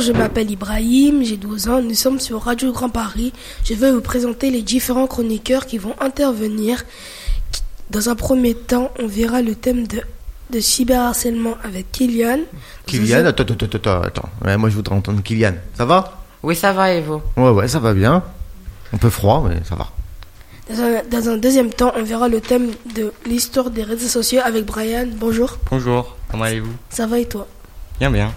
je m'appelle Ibrahim, j'ai 12 ans, nous sommes sur Radio Grand Paris. Je vais vous présenter les différents chroniqueurs qui vont intervenir. Dans un premier temps, on verra le thème de, de cyberharcèlement avec Kylian. Kylian, attends, attends, attends, attends, attends. Ouais, moi je voudrais entendre Kylian. Ça va Oui, ça va, et vous Ouais, ouais, ça va bien. Un peu froid, mais ça va. Dans un, dans un deuxième temps, on verra le thème de l'histoire des réseaux sociaux avec Brian. Bonjour, Bonjour, comment allez-vous ça va et toi Bien, bien.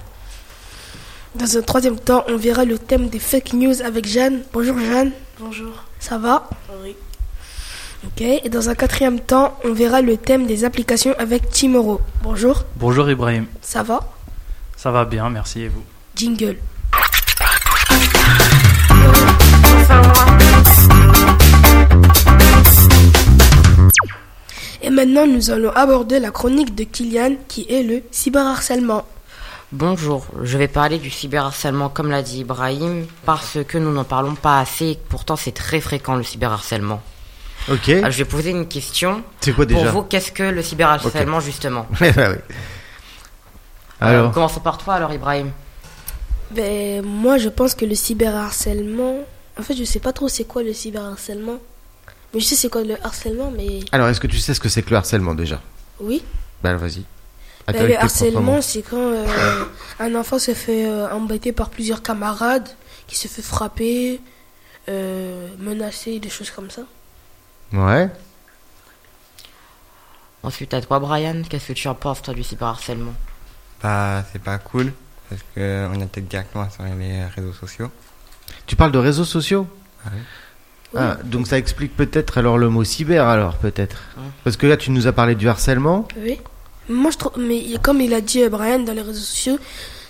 Dans un troisième temps, on verra le thème des fake news avec Jeanne. Bonjour Jeanne. Bonjour. Ça va Oui. Ok, et dans un quatrième temps, on verra le thème des applications avec Timoro. Bonjour, Bonjour Ibrahim, ça va ça va bien, merci et vous Jingle. Et maintenant, nous allons aborder la chronique de Kylian qui est le cyberharcèlement. Bonjour, je vais parler du cyberharcèlement comme l'a dit Ibrahim, parce que nous n'en parlons pas assez, et que pourtant c'est très fréquent le cyberharcèlement. Ok. Alors, Ah, je vais poser une question. C'est quoi déjà Pour vous, qu'est-ce que le cyberharcèlement justement Ouais, ouais, ouais. Euh, Alors, Commençons par toi alors Ibrahim. Ben, moi, je pense que le cyberharcèlement. En fait, je sais pas trop c'est quoi le cyberharcèlement. Mais je sais c'est quoi le harcèlement, mais. alors est-ce que tu sais ce que c'est que le harcèlement déjà Oui. Bah alors vas-y. À Ben, toi, avec le tes propres mots. harcèlement, c'est quand euh, un enfant se fait euh, embêter par plusieurs camarades, qui se fait frapper, euh, menacer, des choses comme ça. Ouais. Ensuite à toi Brian, qu'est-ce que tu en penses toi du cyberharcèlement Bah, c'est pas cool, parce qu'on attaque directement sur les réseaux sociaux. Tu parles de réseaux sociaux Ah oui. Ah, donc ça explique peut-être alors le mot cyber alors peut-être Ouais. parce que là tu nous as parlé du harcèlement Oui. Moi, je trouve. Mais il- comme il a dit euh, Brian dans les réseaux sociaux,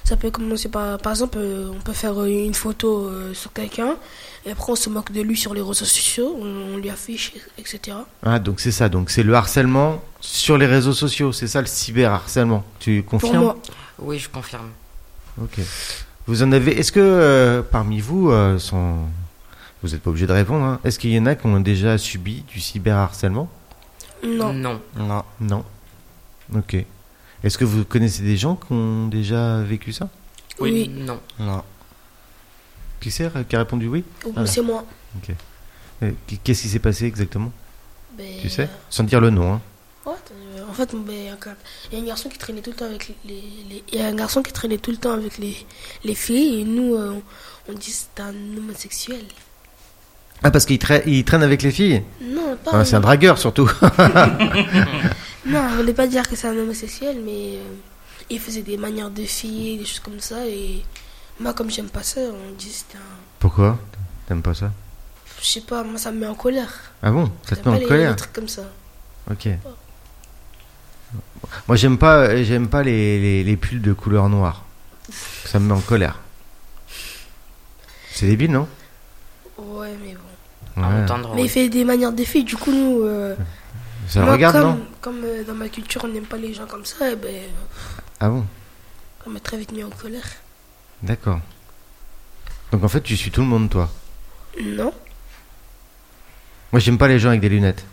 ça peut commencer par. Par exemple, euh, on peut faire euh, une photo euh, sur quelqu'un, et après, on se moque de lui sur les réseaux sociaux, on, on lui affiche, etc. ah donc c'est ça donc c'est le harcèlement sur les réseaux sociaux c'est ça le cyberharcèlement tu Pour confirmes moi. Oui, je confirme. Ok. Vous en avez. Est-ce que euh, parmi vous, euh, sont... vous n'êtes pas obligé de répondre, hein, est-ce qu'il y en a qui ont déjà subi du cyberharcèlement Non. non. Non, Non. Ok. Est-ce que vous connaissez des gens qui ont déjà vécu ça Oui. Non. non. Qui c'est euh, qui a répondu oui Ou- Ah. C'est moi. Euh, qui- Qu'est-ce qui s'est passé exactement Ben, Tu sais Sans dire le nom. Hein. ouais, euh, en fait, ben, il y a quand- il y a un garçon qui traînait tout le temps avec les- les. Il y a un garçon qui traînait tout le temps avec les, les filles, et nous, euh, on, on dit que c'est un homosexuel. Ah, parce qu'il trai- il traîne avec les filles Non, pas. Ah, C'est un dragueur surtout. Non, on voulait pas dire que c'est un homosexuel, mais euh, il faisait des manières de filles, des choses comme ça. Et moi, comme j'aime pas ça, on dit c'était un. Pourquoi T'aimes pas ça Je sais pas, moi ça me met en colère. Ah bon Ça te J'aime met pas en les, colère les trucs comme ça. Ok. Moi, j'aime pas, euh, j'aime pas les, les, les pulls de couleur noire. Ça me met en colère. C'est débile, non Ouais, mais bon. À Ouais. entendre, Mais il oui. fait des manières de filles, du coup, nous. euh, Ça le moi, regarde, comme, non comme euh, dans ma culture, on n'aime pas les gens comme ça, et ben, euh, Ah bon on m'a très vite mis en colère. D'accord. Donc en fait, tu suis tout le monde, toi. Non Moi, j'aime pas les gens avec des lunettes.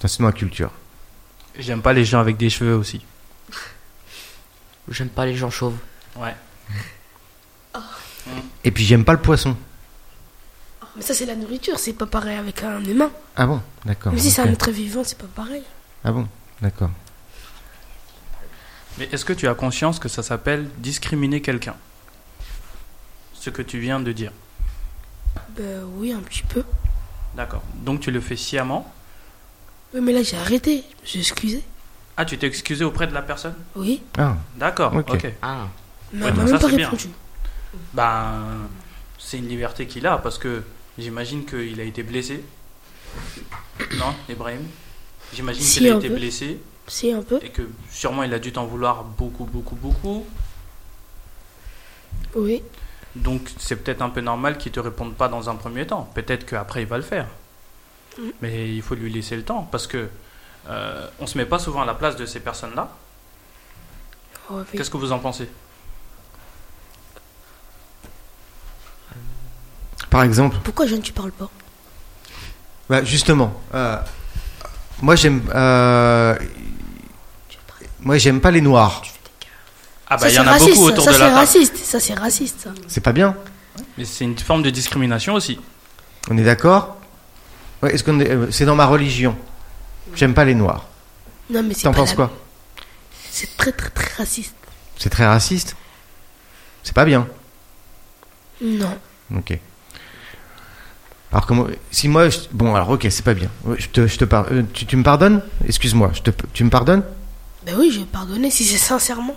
Ça, c'est ma culture. J'aime pas les gens avec des cheveux aussi. J'aime pas les gens chauves. Ouais. Et puis, j'aime pas le poisson. Mais ça, c'est la nourriture, c'est pas pareil avec un humain. Ah bon D'accord. Même si c'est ok. un être vivant, c'est pas pareil. Ah bon D'accord. Mais est-ce que tu as conscience que ça s'appelle discriminer quelqu'un Ce que tu viens de dire. Ben oui, un petit peu. D'accord. Donc tu le fais sciemment. Oui, mais là, j'ai arrêté. Je me suis excusé. Ah, tu t'es excusé auprès de la personne Oui. Ah, D'accord, Ok. ok. Ah. Mais on m'a Ouais, donc même ça, pas c'est bien. répondu. Ben, c'est une liberté qu'il a parce que j'imagine qu'il a été blessé. Non, Ibrahim J'imagine Si, qu'il a un été peu. blessé C'est un peu. et que sûrement il a dû t'en vouloir beaucoup, beaucoup, beaucoup. Oui. Donc c'est peut-être un peu normal qu'il te réponde pas dans un premier temps. Peut-être qu'après il va le faire. Mm. Mais il faut lui laisser le temps parce que euh, on se met pas souvent à la place de ces personnes-là. Oh, oui. Qu'est-ce que vous en pensez Par exemple, Pourquoi je ne tu parles pas Bah, justement, euh, moi j'aime, euh, moi j'aime pas les noirs. Ah bah Ça, il y c'est en a raciste, beaucoup autour ça, de c'est la table. raciste, ça c'est raciste. ça. C'est pas bien. Mais c'est une forme de discrimination aussi. On est d'accord ouais, Est-ce qu'on est- euh, C'est dans ma religion. J'aime pas les noirs. Non mais c'est T'en pas penses la- quoi C'est très très très raciste. C'est très raciste. C'est pas bien. Non. Ok. Alors comment Si moi, je- bon, alors ok, c'est pas bien. Ouais, Je te, je te par- euh, tu, tu me pardonnes Excuse-moi. Je te, tu me pardonnes Ben oui, je vais pardonner si c'est sincèrement.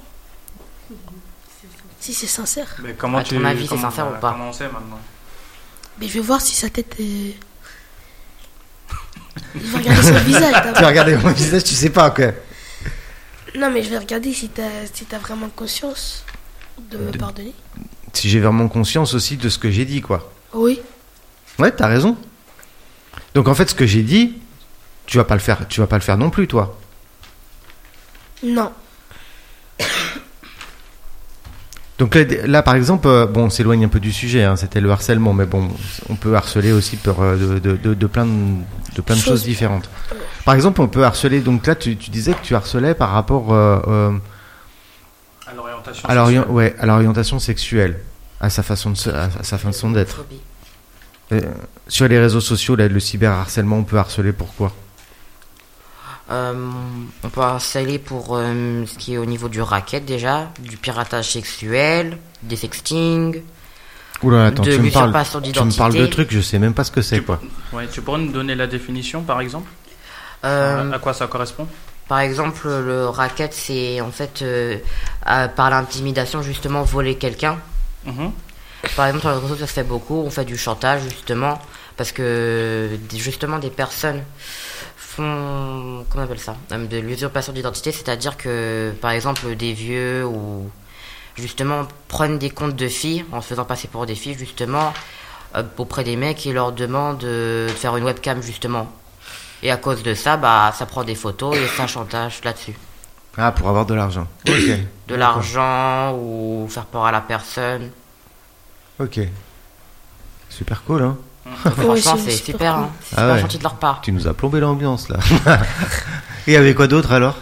Si c'est sincère. Mais comment À tu ton avis, c'est comment- sincère ou voilà, pas Comment on sait maintenant Mais Ben, je vais voir si sa tête est. Je vais regarder son visage Tu as d'abord. regardé mon visage, tu sais pas quoi. Non mais je vais regarder si t'as si t'as vraiment conscience de me pardonner. Si j'ai vraiment conscience aussi de ce que j'ai dit, quoi. Oui. Ouais, t'as raison. Donc en fait, ce que j'ai dit, tu vas pas le faire. Tu vas pas le faire non plus, toi. Non. Donc là, là, par exemple, euh, bon, on s'éloigne un peu du sujet, hein, c'était le harcèlement, mais bon, on peut harceler aussi par, euh, de, de- de- de plein, de, de plein de Chose. choses différentes. Par exemple, on peut harceler, donc là, tu, tu disais que tu harcelais par rapport euh, euh, À l'orientation. à, l'orient- sexuelle. ouais, à l'orientation sexuelle, à sa façon, de se- à, à sa façon d'être. Phobie. Euh, sur les réseaux sociaux, là, le cyberharcèlement, on peut harceler pourquoi Euh, on peut harceler pour euh, ce qui est au niveau du racket déjà, du piratage sexuel, des sextings. Oula, attends, De tu me, parles, l'usurpation tu me parles de d'identité. trucs, je sais même pas ce que c'est, Tu- quoi. Ouais, tu pourrais nous donner la définition par exemple Ah, Euh, À quoi ça correspond Par exemple, le racket, c'est en fait euh, à- par l'intimidation justement voler quelqu'un. Mhm. Par exemple, sur les réseaux, ça se fait beaucoup. On fait du chantage justement parce que des- justement des personnes font comment on appelle ça Euh, de l'usurpation d'identité, c'est-à-dire que par exemple des vieux ou justement prennent des comptes de filles en se faisant passer pour des filles justement euh, auprès des mecs et leur demandent euh, de faire une webcam justement. Et à cause de ça, bah ça prend des photos et ça chantage là-dessus Ah, pour avoir de l'argent. Ok. de l'argent ou faire peur à la personne. Ok. Super cool, hein Franchement, c'est super c'est super, cool. hein. c'est Ah super ouais. gentil de leur part. Tu nous as plombé l'ambiance là. Et avec quoi d'autre alors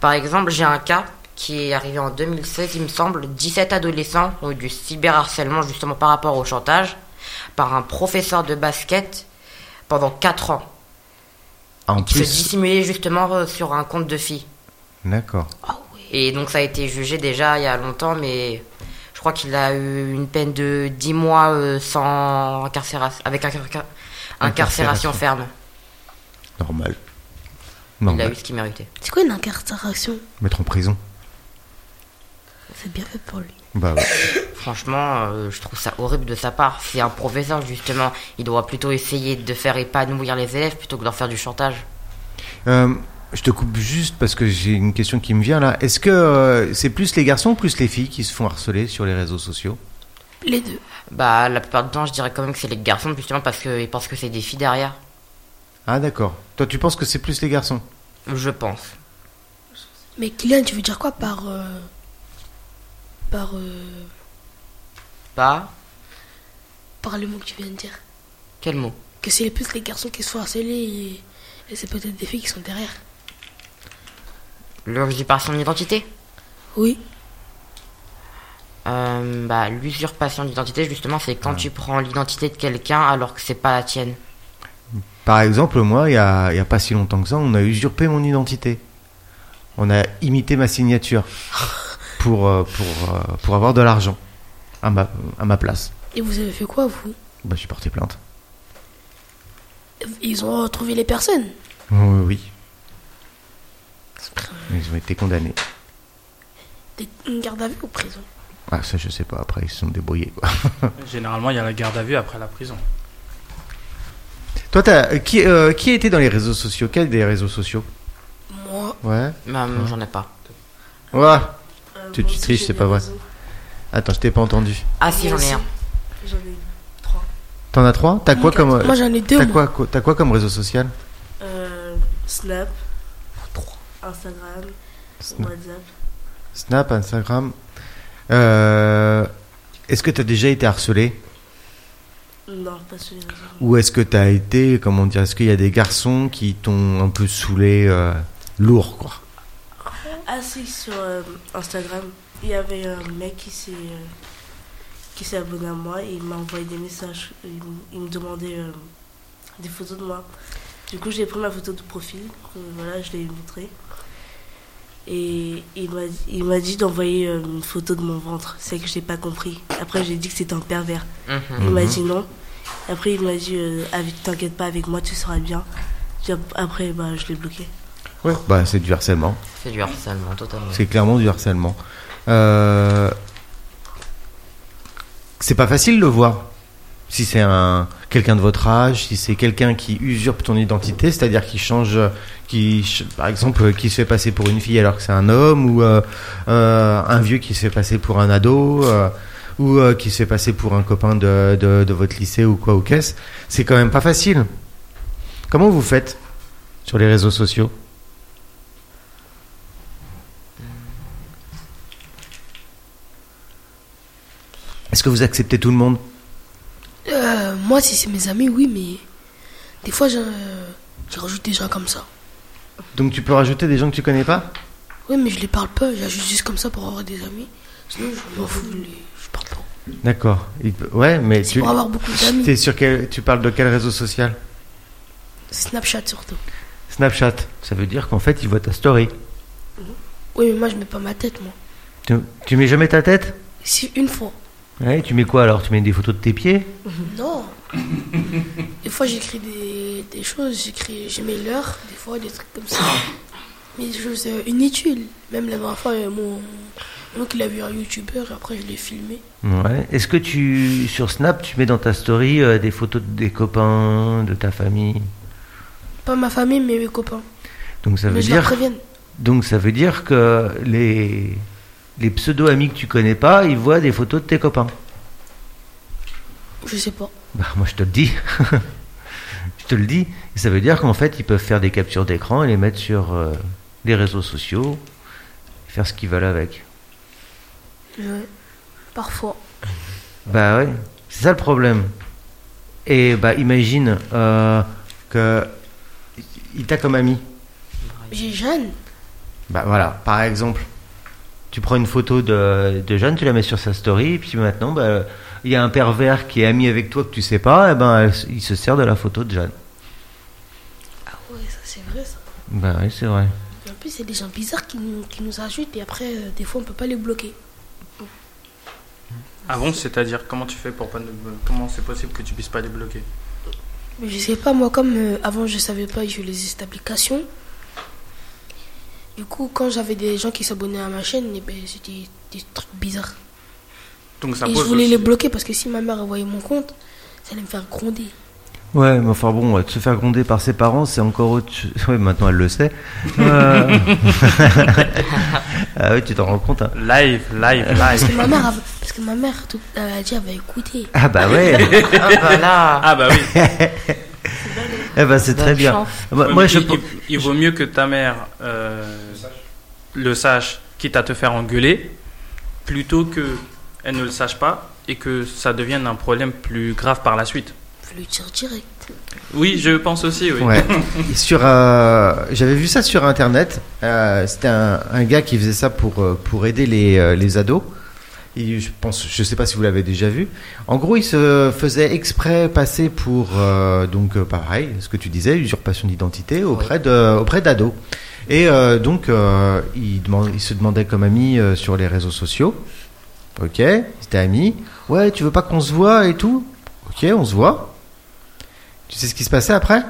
Par exemple, j'ai un cas qui est arrivé en 2016, il me semble. 17 adolescents ont eu du cyberharcèlement justement par rapport au chantage par un professeur de basket pendant 4 ans. Ah, En Qui se plus. dissimulait justement euh, sur un compte de filles. D'accord. Et donc ça a été jugé déjà il y a longtemps, mais je crois qu'il a eu une peine de 10 mois euh, sans incarcération, avec incarca- Incarcération. incarcération ferme. Normal. Il a Normal. eu ce qu'il méritait. C'est quoi une incarcération Mettre en prison. C'est bien fait pour lui. Bah ouais. Franchement, euh, je trouve ça horrible de sa part. C'est un professeur, justement. Il doit plutôt essayer de faire épanouir les élèves plutôt que de leur faire du chantage. Euh, je te coupe juste parce que j'ai une question qui me vient là. Est-ce que euh, c'est plus les garçons ou plus les filles qui se font harceler sur les réseaux sociaux Les deux. Bah, la plupart du temps, je dirais quand même que c'est les garçons, justement, parce qu'ils pensent que c'est des filles derrière. Ah d'accord. Toi tu penses que c'est plus les garçons Je pense. Mais Kylian, tu veux dire quoi par. euh, Par. euh, Pas Par le mot que tu viens de dire Quel mot Que c'est plus les garçons qui sont harcelés et, et c'est peut-être des filles qui sont derrière. L'usurpation d'identité Oui. euh, Bah, l'usurpation d'identité, justement, c'est quand tu prends l'identité de quelqu'un alors que c'est pas la tienne. Par exemple, moi, il n'y a, il y a pas si longtemps que ça, on a usurpé mon identité. On a imité ma signature pour, euh, pour, euh, pour avoir de l'argent à ma, à ma place. Et vous avez fait quoi, vous Bah, j'ai porté plainte. Ils ont retrouvé les personnes. Oh, Oui, oui. Ils ont été condamnés. Des- Une garde à vue ou prison Ah, ça, je sais pas. Après, ils se sont débrouillés. Quoi. Généralement, il y a la garde à vue après la prison. Toi, t'as, euh, qui, euh, qui était dans les réseaux sociaux Quel des réseaux sociaux Moi. Ouais. Bah, j'en ai pas. Ouais. Tu- tu triches, c'est pas vrai. Attends, je t'ai pas entendu. Ah, si, j'en ai un. J'en ai trois. T'en as trois T'as quoi comme. euh, Moi, j'en ai deux. T'as moi. quoi, co- t'as quoi comme réseau social Euh, Snap, Instagram, WhatsApp. Snap, Instagram. Euh, est-ce que tu as déjà été harcelé Non, pas sur les réseaux. Ou est-ce que tu as été, comment dire, est-ce qu'il y a des garçons qui t'ont un peu saoulé euh, lourd, quoi Ah si, sur euh, Instagram. il y avait un mec qui s'est euh, qui s'est abonné à moi et il m'a envoyé des messages. Il, m- il me demandait euh, des photos de moi. Du coup, j'ai pris ma photo de profil. que, voilà, je l'ai montrée. Et il m'a il m'a dit d'envoyer euh, une photo de mon ventre. C'est que je n'ai pas compris. Après, j'ai dit que c'était un pervers. Mhm. Il m'a Mhm. dit non. Après, il m'a dit euh, Avec- T'inquiète pas, avec moi, tu seras bien. Puis ap- Après, bah, je l'ai bloqué. Ouais. Bah, c'est du harcèlement. C'est du harcèlement, totalement. C'est clairement du harcèlement. Euh, C'est pas facile de le voir. Si c'est un quelqu'un de votre âge, si c'est quelqu'un qui usurpe ton identité, c'est-à-dire qui change, euh, qui ch- par exemple euh, qui se fait passer pour une fille alors que c'est un homme, ou euh, euh, un vieux qui se fait passer pour un ado, euh, ou euh, qui se fait passer pour un copain de, de- de votre lycée ou quoi ou qu'est-ce, c'est quand même pas facile. Comment vous faites sur les réseaux sociaux Est-ce que vous acceptez tout le monde Euh, moi, si c'est mes amis, oui, mais des fois, je, je rajoute des gens comme ça. Donc tu peux rajouter des gens que tu connais pas Oui, mais je les parle pas, j'ajoute juste comme ça pour avoir des amis. Sinon, je m'en fous, je, les- je parle pas. D'accord. Il peut- Ouais, mais C'est tu pour avoir beaucoup d'amis. t'es sur quel tu parles de quel réseau social Snapchat surtout. Snapchat. Ça veut dire qu'en fait, ils voient ta story. Oui, mais moi, je mets pas ma tête, moi. Tu, tu mets jamais ta tête Si une fois. Ouais, tu mets quoi alors Tu mets des photos de tes pieds Non. Des fois, j'écris des, des choses, j'écris, je mets l'heure, des fois, des trucs comme ça. Mais des choses euh, inutiles. Même la dernière fois, euh, mon mon oncle il a vu un youtubeur et après, je l'ai filmé. Ouais. Est-ce que tu sur Snap, tu mets dans ta story euh, des photos de- des copains, de ta famille Pas ma famille, mais mes copains. Donc ça veut mais je leur dire préviens. donc ça veut dire que les les pseudo amis que tu connais pas, ils voient des photos de tes copains. Je sais pas. Bah, moi, je te le dis. je te le dis. Et ça veut dire qu'en fait, ils peuvent faire des captures d'écran et les mettre sur euh, les réseaux sociaux, faire ce qu'ils veulent avec. Ouais. Parfois. Bah ouais, c'est ça le problème. Et bah, imagine euh, que il t'a comme ami. J'ai Jeanne. Bah voilà, par exemple, tu prends une photo de, de Jeanne, tu la mets sur sa story, et puis maintenant, bah, il y a un pervers qui est ami avec toi que tu sais pas, et ben elle- il se sert de la photo de Jeanne. Ah ouais, ça c'est vrai ça. Bah oui, c'est vrai. Et en plus, c'est des gens bizarres qui nous, qui nous ajoutent et après, euh, des fois, on peut pas les bloquer. Ah bon, c'est-à-dire, comment tu fais pour pas. nous- Comment c'est possible que tu puisses pas les bloquer Mais je sais pas, moi, comme euh, avant, je savais pas utiliser cette application. Du coup, quand j'avais des gens qui s'abonnaient à ma chaîne, eh ben, c'était des trucs bizarres. Donc ça et je pose. voulais aussi- les bloquer parce que si ma mère elle voyait mon compte, ça allait me faire gronder. Ouais, mais enfin bon, euh, de se faire gronder par ses parents, c'est encore autre chose. Ouais, maintenant elle le sait. Euh, ah oui, tu t'en rends compte. hein. Live, live, Parce que live. ma mère, elle- parce que ma mère tout, elle a dit, elle va écouter. Ah bah ouais, Ah bah là Ah bah oui. eh bah, c'est très Bonne bien. chance. Moi, Ouais, moi, mais je il, pe- il- il vaut mieux que ta mère euh, le sache, quitte à te faire engueuler, plutôt que elle ne le sache pas et que ça devienne un problème plus grave par la suite. Je vais lui dire direct. Oui, je pense aussi. Oui. Ouais. Sur, euh, j'avais vu ça sur internet. Euh, C'était un, un gars qui faisait ça pour euh, pour aider les, euh, les ados. Et je pense, je sais pas si vous l'avez déjà vu. En gros, il se faisait exprès passer pour euh, donc euh, pareil, ce que tu disais, usurpation d'identité auprès de auprès d'ados. Et euh, donc euh, il, demande- il se demandait comme ami euh, sur les réseaux sociaux. Ok, c'était ami. Ouais, tu veux pas qu'on se voit et tout. Ok, on se voit. Tu sais ce qui se passait après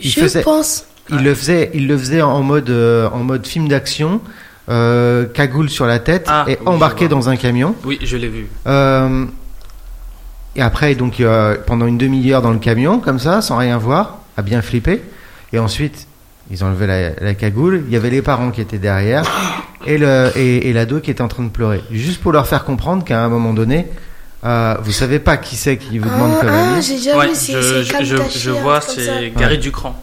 Il je faisait- pense. il le faisait, il le faisait en mode, euh, en mode film d'action, euh, cagoule sur la tête Ah, et oui, embarqué je vois. dans un camion. Oui, je l'ai vu. Euh, et après, donc euh, pendant une demi-heure dans le camion, comme ça, sans rien voir, à bien flipper. Et ensuite, ils enlevaient la, la cagoule. Il y avait les parents qui étaient derrière et le et, et l'ado qui était en train de pleurer, juste pour leur faire comprendre qu'à un moment donné, euh, vous savez pas qui c'est qui vous demande ah, comme ah, ami. j'ai déjà Ouais, vu, c'est je, c'est je, je- Kamkashi, je un vois, truc comme ça. c'est Gary Ducran.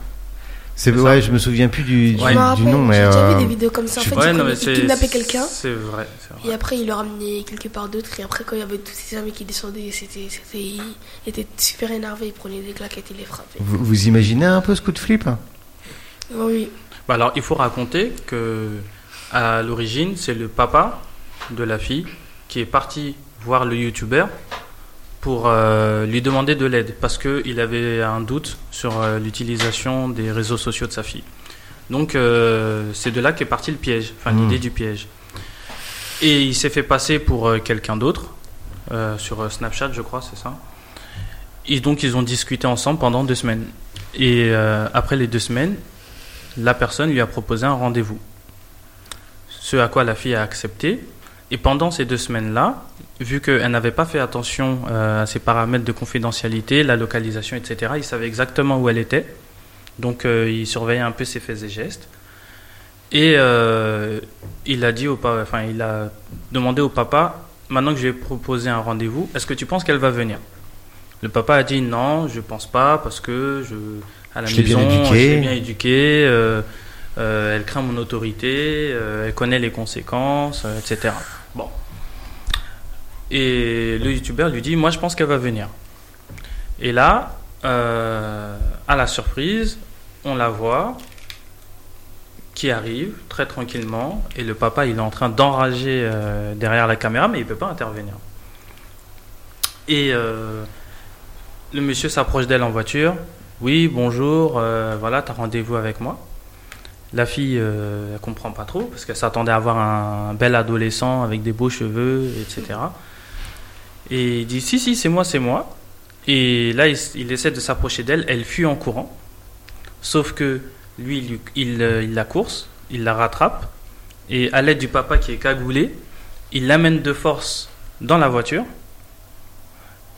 C'est c'est ça. ouais, je me souviens plus du, du, Je me du rappelle, nom, mais J'ai déjà vu euh, des vidéos comme ça. En je- fait, Ouais, il, non, conna- mais il c'est. kidnappait quelqu'un C'est vrai. c'est vrai. et après il le ramenait quelque part d'autre. Et après, quand il y avait tous ses amis qui descendaient, c'était, c'était, il était super énervé. Il prenait des claquettes et les frappait. Vous, vous imaginez un peu ce coup de flip hein Oui, Bah alors, il faut raconter que À l'origine, c'est le papa de la fille qui est parti voir le youtubeur pour euh, lui demander de l'aide parce qu'il avait un doute sur euh, l'utilisation des réseaux sociaux de sa fille. Donc euh, c'est de là qu'est parti le piège, enfin Mm. l'idée du piège. Et il s'est fait passer pour euh, quelqu'un d'autre euh, sur euh, Snapchat, je crois, c'est ça. Et donc ils ont discuté ensemble pendant deux semaines. Et euh, après les deux semaines, la personne lui a proposé un rendez-vous. Ce à quoi la fille a accepté. Et pendant ces deux semaines-là, vu qu'elle n'avait pas fait attention euh, à ses paramètres de confidentialité, la localisation, etc., il savait exactement où elle était. Donc euh, il surveillait un peu ses faits et gestes. Et euh, il a dit au pa- enfin il a demandé au papa, maintenant que je vais proposer un rendez-vous, est-ce que tu penses qu'elle va venir Le papa a dit non, je pense pas parce que je à la Je l'ai bien maison, éduquée. je l'ai bien éduquée, euh, euh, elle craint mon autorité, euh, elle connaît les conséquences, euh, etc. Bon. Et le youtubeur lui dit, moi je pense qu'elle va venir. Et là, euh, à la surprise, on la voit qui arrive très tranquillement et le papa il est en train d'enrager euh, derrière la caméra mais il peut pas intervenir. Et euh, le monsieur s'approche d'elle en voiture. Oui, bonjour, euh, voilà, t'as rendez-vous avec moi. La fille, euh, elle comprend pas trop parce qu'elle s'attendait à avoir un bel adolescent avec des beaux cheveux, etc. Et il dit si si c'est moi c'est moi. Et là il, s- il essaie de s'approcher d'elle, elle fuit en courant. Sauf que lui il, lui- il, euh, il la course, il la rattrape et à l'aide du papa qui est cagoulé, il l'amène de force dans la voiture.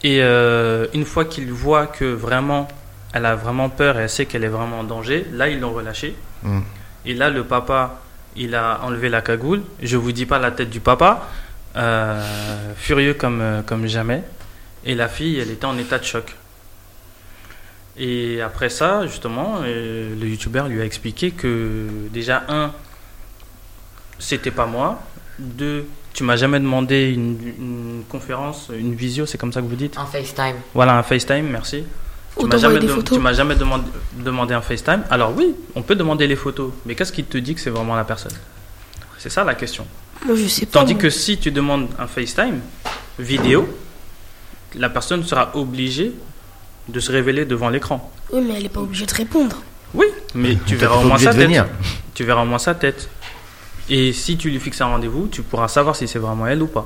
Et euh, une fois qu'il voit que vraiment elle a vraiment peur et elle sait qu'elle est vraiment en danger, là ils l'ont relâchée. Mm. Et là, le papa, il a enlevé la cagoule. Je vous dis pas la tête du papa, euh, furieux comme, euh, comme jamais. Et la fille, elle était en état de choc. Et après ça, justement, euh, le youtubeur lui a expliqué que déjà, un, c'était pas moi. Deux, tu m'as jamais demandé une, une conférence, une visio, c'est comme ça que vous dites Un FaceTime. Voilà, un FaceTime, merci. Tu Ou m'as t'envoyer jamais, des de- photos. tu m'as jamais demandé, demandé un FaceTime. Alors oui, on peut demander les photos, mais qu'est-ce qui te dit que c'est vraiment la personne C'est ça la question. Moi, Oh, je sais pas. Tandis moi. que si tu demandes un FaceTime vidéo, la personne sera obligée de se révéler devant l'écran. Oui, mais elle est pas obligée de répondre. Oui, mais tu T'es verras au pas moins obligé sa de tête. venir. Tu verras au moins sa tête. Et si tu lui fixes un rendez-vous, tu pourras savoir si c'est vraiment elle ou pas.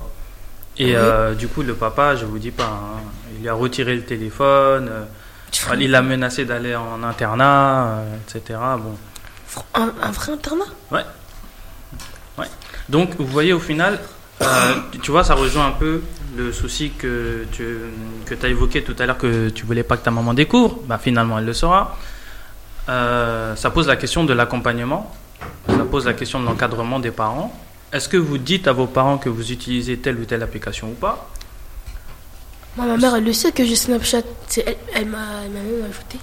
Et Ah euh, du coup, le papa, je vous dis pas, hein, il lui a retiré le téléphone. euh, Tu Enfin, feras Il l'a menacé d'aller en internat, euh, etc. Bon. un, un vrai internat Donc, vous voyez, au final, euh, tu- tu vois, ça rejoint un peu le souci que tu que as évoqué tout à l'heure, que tu voulais pas que ta maman découvre. Bah, finalement, elle le saura. Euh, ça pose la question de l'accompagnement. Ça pose la question de l'encadrement des parents. Est-ce que vous dites à vos parents que vous utilisez telle ou telle application ou pas Moi, ma mère, elle le sait que j'ai Snapchat. C'est Elle, elle m'a elle m'a même ajouté.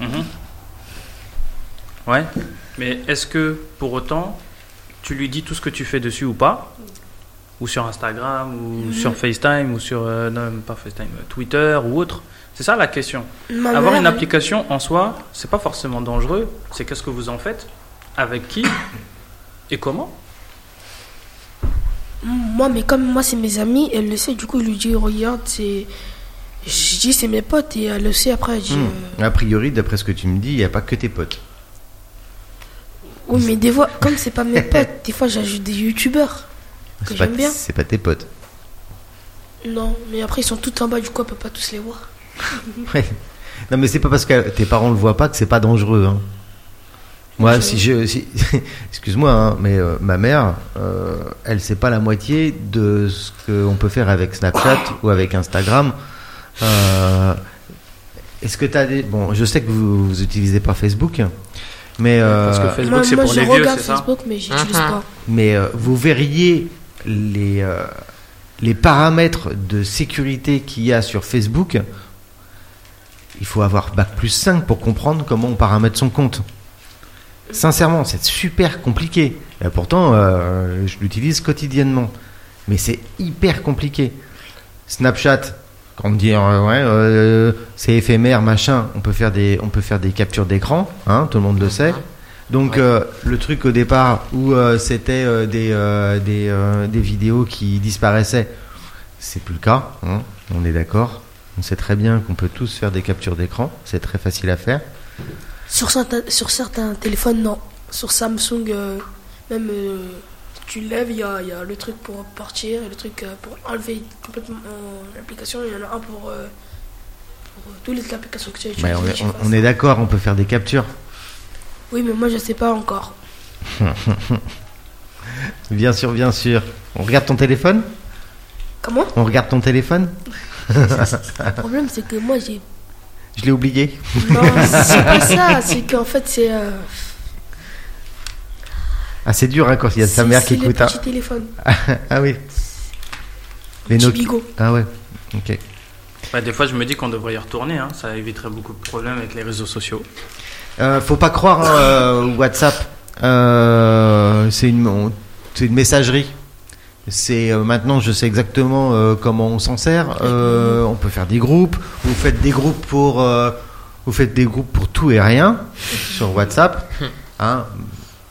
Mhm. Ouais, mais est-ce que pour autant tu lui dis tout ce que tu fais dessus ou pas Ou sur Instagram, ou Mhm. sur FaceTime, ou sur. euh, non, même pas FaceTime, euh, Twitter ou autre C'est ça la question. Ma mère, Avoir une elle- application en soi, c'est pas forcément dangereux, c'est qu'est-ce que vous en faites, avec qui et comment Moi, mais comme moi, c'est mes amis, elle le sait. Du coup, je lui dis, regarde, c'est. Je dis, c'est mes potes. Et elle le sait après. Je dis, Hmm. euh, A priori, d'après ce que tu me dis, il n'y a pas que tes potes. Oui, mais des fois, comme c'est pas mes potes, des fois, j'ajoute des youtubeurs. Que C'est pas, j'aime bien. c'est pas tes potes. Non, mais après, ils sont tous en bas. Du coup, on peut pas tous les voir. Ouais. Non, mais c'est pas parce que tes parents le voient pas que c'est pas dangereux. hein. Moi, si je. si- Excuse-moi, hein, mais euh, ma mère, euh, elle sait pas la moitié de ce qu'on peut faire avec Snapchat ou avec Instagram. Euh, Est-ce que tu as des. Bon, je sais que vous, vous utilisez pas Facebook, mais. Parce que euh, Facebook, moi, c'est moi, pour je les vieux, regarde c'est ça Facebook, mais j'utilise Mhm. pas. mais euh, vous verriez les, euh, les paramètres de sécurité qu'il y a sur Facebook. Il faut avoir Bac plus 5 pour comprendre comment on paramètre son compte. Sincèrement, c'est super compliqué. Et pourtant, euh, je l'utilise quotidiennement. Mais c'est hyper compliqué. Snapchat, quand on dit euh, ouais, euh, c'est éphémère, machin, on peut faire des, on peut faire des captures d'écran, hein, tout le monde le sait. Donc Ouais. euh, le truc au départ où euh, c'était euh, des, euh, des, euh, des vidéos qui disparaissaient, c'est plus le cas, hein, on est d'accord. On sait très bien qu'on peut tous faire des captures d'écran, c'est très facile à faire. Sur certains, sur certains téléphones, non. Sur Samsung, euh, même euh, tu lèves, il y a, il y a le truc pour partir, et le truc euh, pour enlever complètement euh, l'application, il y en a un pour, euh, pour, euh, toutes les applications que tu as Bah, utilisées. on est, je sais on- pas. on est d'accord, on peut faire des captures. Oui, mais moi je sais pas encore. Bien sûr, bien sûr. On regarde ton téléphone Comment On regarde ton téléphone Le problème c'est que moi j'ai. Je l'ai oublié. Non, c'est pas ça, c'est qu'en fait c'est. euh, Ah, c'est dur hein, quand il y a sa c'est- mère c'est qui les écoute. hein. petits téléphones. Ah oui. Les Les petits Nokia- bigots. Ah ouais. Ok. Bah, des fois, je me dis qu'on devrait y retourner. hein, Ça éviterait beaucoup de problèmes avec les réseaux sociaux. Euh, faut pas croire hein, euh, au WhatsApp. Euh, c'est une, on- c'est une messagerie. C'est euh, maintenant, je sais exactement euh, comment on s'en sert. Euh, on peut faire des groupes. Vous faites des groupes pour, euh, vous faites des groupes pour tout et rien sur WhatsApp. Hein.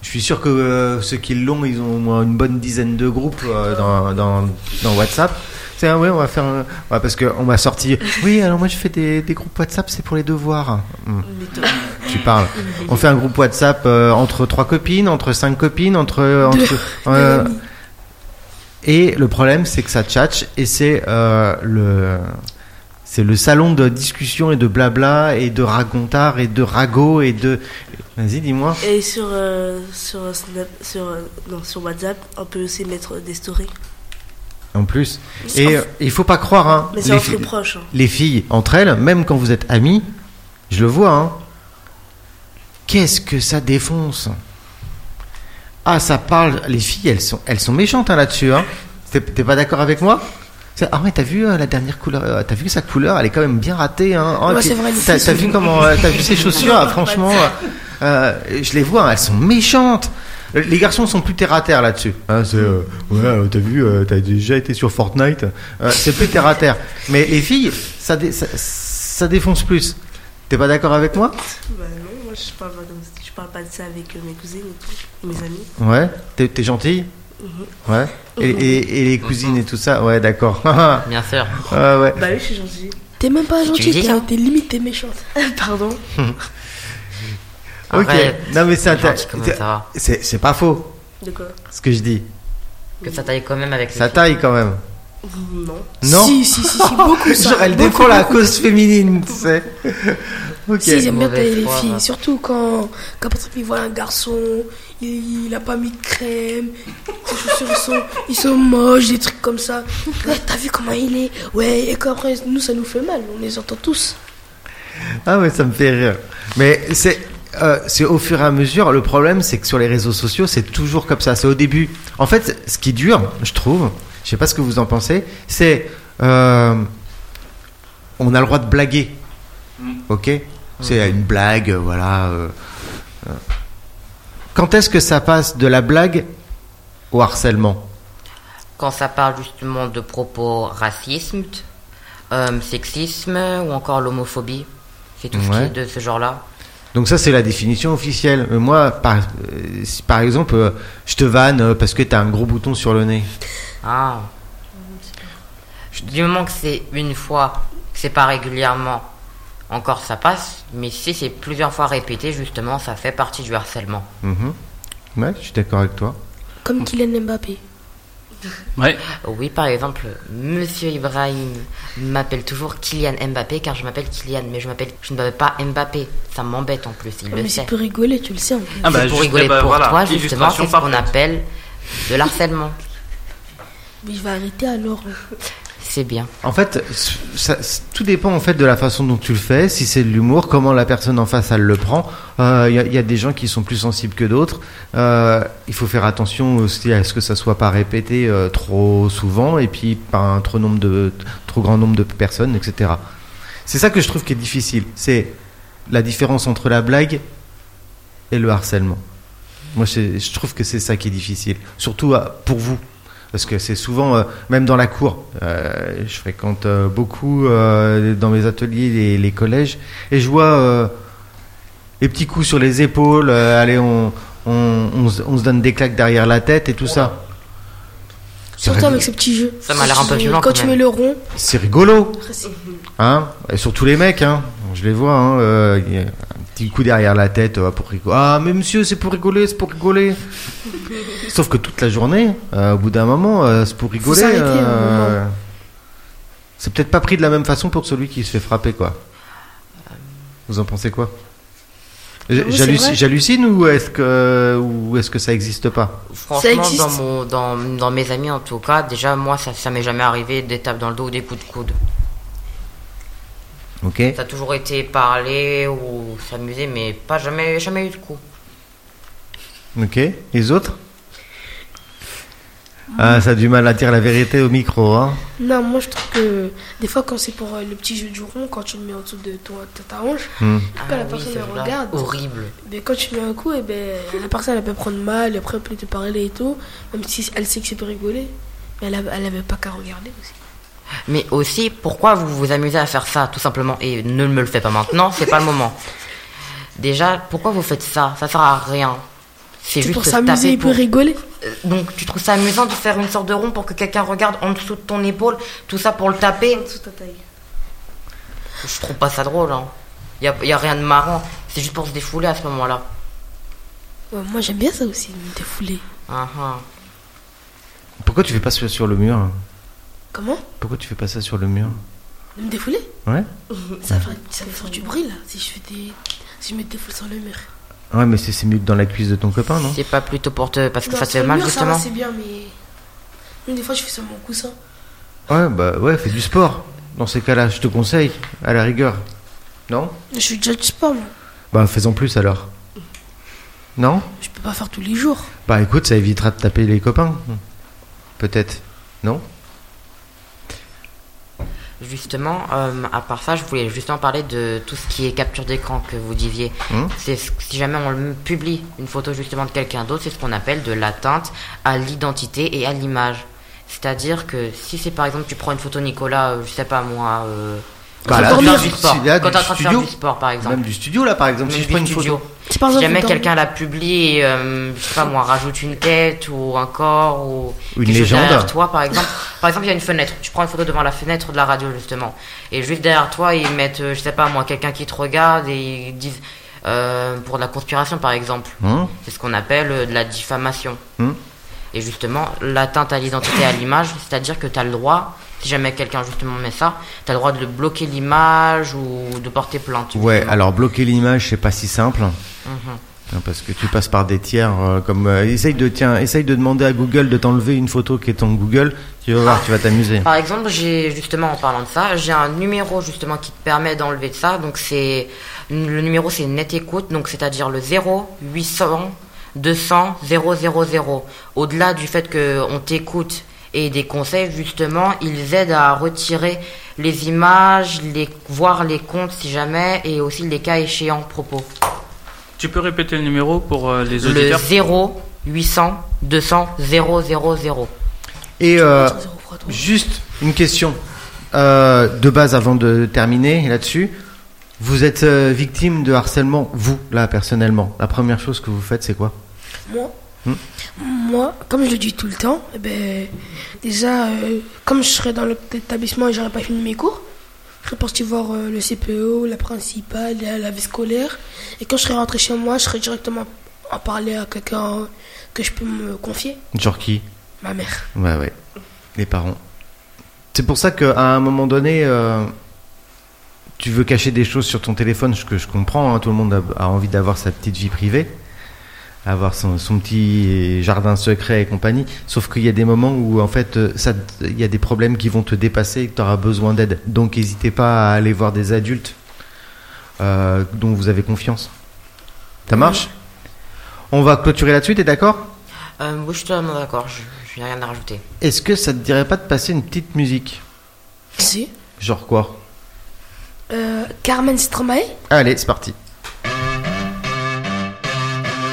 Je suis sûr que euh, ceux qui l'ont, ils ont au moins une bonne dizaine de groupes euh, dans, dans, dans WhatsApp. C'est ah ouais, on va faire un- ouais, parce que on m'a sorti. Oui, alors moi je fais des, des groupes WhatsApp, c'est pour les devoirs. Hmm Mais toi, tu parles. On fait un groupe WhatsApp euh, entre trois copines, entre cinq copines, entre. entre euh, amis. et le problème, c'est que ça tchatche et c'est euh, le. C'est le salon de discussion et de blabla et de racontard et de ragot et de. Vas-y, dis-moi. Et sur, euh, sur, Snap, sur, euh, non, sur WhatsApp, on peut aussi mettre des stories. En plus. C'est Et un- euh, il faut pas croire, hein. Mais c'est les, entre filles, proches. hein. les filles, entre elles, même quand vous êtes amis, je le vois, hein. Qu'est-ce que ça défonce Ah, ça parle. Les filles, elles sont, elles sont méchantes hein, là-dessus. Hein. T'es, t'es pas d'accord avec moi C'est- Ah ouais, t'as vu euh, la dernière couleur euh, T'as vu sa couleur Elle est quand même bien ratée. Hein. Oh, Ouais, puis c'est vrai, les T'as, filles t'as sont- vu comment euh, T'as vu ses chaussures Ah, Franchement, euh, euh, je les vois. hein, Elles sont méchantes. Les garçons sont plus terre à terre là-dessus. Hein, c'est euh, ouais, euh, t'as vu, euh, t'as déjà été sur Fortnite. Euh, c'est plus terre à terre. Mais les filles, ça, dé- ça, ça défonce plus. T'es pas d'accord avec moi Bah non, moi je parle pas comme ça. Je parle pas de ça avec euh, mes cousines et tout, mes amis. Ouais, t'es, t'es gentille Mhm. Ouais. Et, et- et les cousines et tout ça Ouais, d'accord. Ah, Bien sûr. ouais. Bah oui, je suis gentille. T'es même pas gentil, dis t'es ça t'es limite t'es méchante. Pardon. Ok. Arrête. Non, mais c'est Gentil intér- comme c'est- ça va. C'est, c'est pas faux De quoi ce que je dis. Que ça taille quand même avec les Ça filles. taille quand même. Non. Non Si, si, si, si, beaucoup ça. Genre, elle beaucoup, défend la beaucoup. cause féminine, tu sais. Ok. bah, Si, j'aime bien Mauvais tailler les foi, hein. filles. là. Surtout quand, quand par exemple, ils voient un garçon, il, il a pas mis de crème, ses chaussures ils sont, ils sont moches, des trucs comme ça. Ouais, t'as vu comment il est Ouais, et quand après, nous, ça nous fait mal, on les entend tous. Ah ouais, ça me fait rire. Mais c'est euh, c'est au fur et à mesure. Le problème, c'est que sur les réseaux sociaux, c'est toujours comme ça. C'est au début. En fait, ce qui dure, je trouve, je sais pas ce que vous en pensez, c'est euh, on a le droit de blaguer. Ok C'est une blague, euh, voilà. euh, euh. Quand est-ce que ça passe de la blague au harcèlement Quand ça parle justement de propos racisme, euh, sexisme ou encore l'homophobie. C'est tout ce qui Ouais. est de ce genre-là. Donc ça, c'est la définition officielle. Euh, Moi, par, euh, si par exemple, euh, je te vanne euh, parce que t'as un gros bouton sur le nez. Ah. Du moment que c'est une fois, que c'est pas régulièrement, encore ça passe. Mais si c'est plusieurs fois répété, justement, ça fait partie du harcèlement. Mhm. Ouais, je suis d'accord avec toi. Comme Kylian Mbappé. Ouais. Oui, par exemple, Monsieur Ibrahim m'appelle toujours Kylian Mbappé car je m'appelle Kylian, mais je m'appelle, je ne m'appelle pas Mbappé. Ça m'embête en plus, il Oh, Mais le c'est sait. pour rigoler, tu le sais. hein. en fait. Ah bah, C'est pour eh rigoler pour toi, justement, c'est ce qu'on appelle de l'harcèlement. Mais je vais arrêter alors. hein. C'est bien. En fait, c- ça- c- tout dépend en fait de la façon dont tu le fais. Si c'est de l'humour, comment la personne en face elle le prend. Euh, Il y, a- il y a des gens qui sont plus sensibles que d'autres. Euh, il faut faire attention aussi à ce que ça soit pas répété euh, trop souvent et puis par un trop nombre de trop grand nombre de personnes, etc. C'est ça que je trouve qui est difficile. C'est la différence entre la blague et le harcèlement. Moi, je, je trouve que c'est ça qui est difficile, surtout à- pour vous. Parce que c'est souvent, euh, même dans la cour, euh, je fréquente euh, beaucoup euh, dans mes ateliers les, les collèges et je vois euh, les petits coups sur les épaules, euh, allez, on, on, on se- on se donne des claques derrière la tête et tout ça. C'est Surtout vrai. avec ce petit jeu. Ça m'a l'air un peu violent, Quand quand tu même. mets le rond, C'est rigolo, après, c'est- hein Et surtout les mecs, hein Je les vois, hein, euh, il y a un petit coup derrière la tête euh, pour rigoler. Ah, mais monsieur, c'est pour rigoler, c'est pour rigoler. Sauf que toute la journée, euh, au bout d'un moment, euh, c'est pour rigoler. s'arrêter, hein, euh, à un c'est peut-être pas pris de la même façon pour celui qui se fait frapper, quoi. Vous en pensez quoi Euh, J- J'avoue, c'est j'halluc- vrai. J'hallucine ou est-ce que ou est-ce que ça existe pas Franchement, existe dans, mon- dans, dans mes amis en tout cas, déjà moi ça, ça m'est jamais arrivé des tapes dans le dos ou des coups de coude. Ok. Ça a toujours été parler ou s'amuser, mais pas jamais, jamais eu de coup. Ok. Les autres Ah, ça a du mal à dire la vérité au micro, hein. Non, moi je trouve que des fois quand c'est pour euh, le petit jeu du rond, quand tu le mets en dessous de, ton, de ta hanche, Hmm. Quand la personne ce me jeu-là, regarde. Horrible. ben, quand tu mets un coup, et ben, la personne elle peut prendre mal, après elle peut te parler et tout, même si elle sait que c'est pour rigoler, mais elle, a- elle avait pas qu'à regarder aussi. Mais aussi, pourquoi vous vous amusez à faire ça, tout simplement Et ne me le faites pas maintenant, c'est pas le moment. Déjà, pourquoi vous faites ça Ça sert à rien. C'est C'est juste pour se s'amuser taper et pour pour- rigoler. Euh, Donc, tu trouves ça amusant de faire une sorte de rond pour que quelqu'un regarde en dessous de ton épaule, tout ça pour le taper En dessous de ta taille. Je trouve pas ça drôle. Hein. Y, a, y a rien de marrant. C'est juste pour se défouler à ce moment-là. Ouais, moi j'aime bien ça aussi, me défouler. Ah, ah. Pourquoi tu fais pas ça sur le mur Comment Pourquoi tu fais pas ça sur le mur Me défouler Ouais. Ça va faire, ça va faire du bruit là, si je, fais des... si je me défoule sur le mur. Ouais, mais c'est c'est mieux que dans la cuisse de ton copain, non C'est pas plutôt pour te. parce que Non, ça te sur fait le mal mur, ça va, justement c'est bien, mais. Même des fois je fais sur mon coussin. Ouais, bah ouais, fais du sport. Dans ces cas-là, je te conseille, à la rigueur. Non Je suis déjà du sport, moi. Bah fais-en plus alors. Non Je peux pas faire tous les jours. Bah écoute, ça évitera de taper les copains. Peut-être. Non Justement, euh, à part ça, je voulais justement parler de tout ce qui est capture d'écran que vous disiez. Hmm. C'est ce- si jamais on le publie une photo justement de quelqu'un d'autre, c'est ce qu'on appelle de l'atteinte à l'identité et à l'image. C'est-à-dire que si c'est par exemple tu prends une photo Nicolas, euh, je sais pas moi, euh, Bah, quand t'es là, en train de du- faire du sport, là, quand du t'es en train de faire studio. du sport par exemple, Même du studio là par exemple, si Même je prends du une studio. photo. C'est par Si exemple, jamais dans- quelqu'un la publie, et, euh, je sais pas moi, rajoute une tête ou un corps ou Ou une quelque chose légende. derrière toi, par exemple. Par exemple, il y a une fenêtre. Tu prends une photo devant la fenêtre de la radio justement, et juste derrière toi, ils mettent, euh, je sais pas moi, quelqu'un qui te regarde et ils disent euh, pour de la conspiration par exemple. Hein C'est ce qu'on appelle euh, de la diffamation. Hmm. Et justement, l'atteinte à l'identité et à l'image, c'est-à-dire que tu as le droit, si jamais quelqu'un justement met ça, tu as le droit de bloquer l'image ou de porter plainte. Ouais, justement. alors bloquer l'image, c'est pas si simple. Mhm. Hein, Parce que tu passes par des tiers, euh, comme euh, essaye de tiens, essaye de demander à Google de t'enlever une photo qui est en Google. Tu vas voir, tu vas t'amuser. Ah. Par exemple, j'ai justement en parlant de ça, j'ai un numéro justement qui te permet d'enlever de ça. Donc c'est le numéro c'est net écoute, donc c'est-à-dire le 0 800 200 000. Au-delà du fait que on t'écoute et des conseils justement, ils aident à retirer les images, les voir les comptes si jamais et aussi les cas échéants propos. Tu peux répéter le numéro pour euh, les Le auditeurs 0 800 200 000. Et euh, Attends, zéro froid, toi. juste une question euh, de base avant de terminer là-dessus. Vous êtes euh, victime de harcèlement, vous là personnellement. La première chose que vous faites, c'est quoi Moi, Hmm. moi, comme je le dis tout le temps, eh ben, déjà, euh, comme je serais dans l'établissement et j'aurais pas fini mes cours, je serais parti voir euh, le CPO, la principale, la, la vie scolaire. Et quand je serais rentré chez moi, je serais directement à parler à quelqu'un que je peux me confier, Genre qui ma mère. Ouais, ouais. Les parents. C'est pour ça qu'à un moment donné, euh, tu veux cacher des choses sur ton téléphone, ce que je comprends. hein, tout le monde a, a envie d'avoir sa petite vie privée, avoir son, son petit jardin secret et compagnie. Sauf qu'il y a des moments où, en fait, euh, ça, te- il y a des problèmes qui vont te dépasser et que tu auras besoin d'aide. Donc, n'hésitez pas à aller voir des adultes euh, dont vous avez confiance. Ça marche On va clôturer là-dessus, t'es d'accord Euh, oui, je suis totalement d'accord, je n'ai rien à rajouter. Est-ce que ça te dirait pas de passer une petite musique Si. Genre quoi Euh, Carmen Stromae Allez, c'est parti.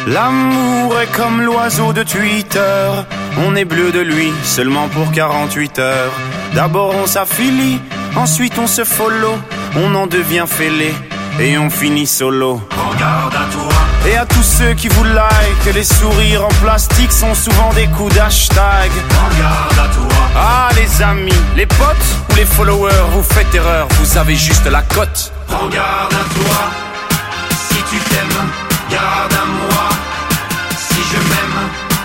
L'amour est comme l'oiseau de Twitter. On est bleu de lui seulement pour 48 heures. D'abord on s'affilie, ensuite on se follow. On en devient fêlé, et on finit solo. Regarde à toi. Et à tous ceux qui vous like, les sourires en plastique sont souvent des coups d'hashtag. Regarde à toi. Ah les amis, les potes ou les followers, vous faites erreur, vous avez juste la cote. Regarde à toi, si tu t'aimes, garde à moi. Si je m'aime,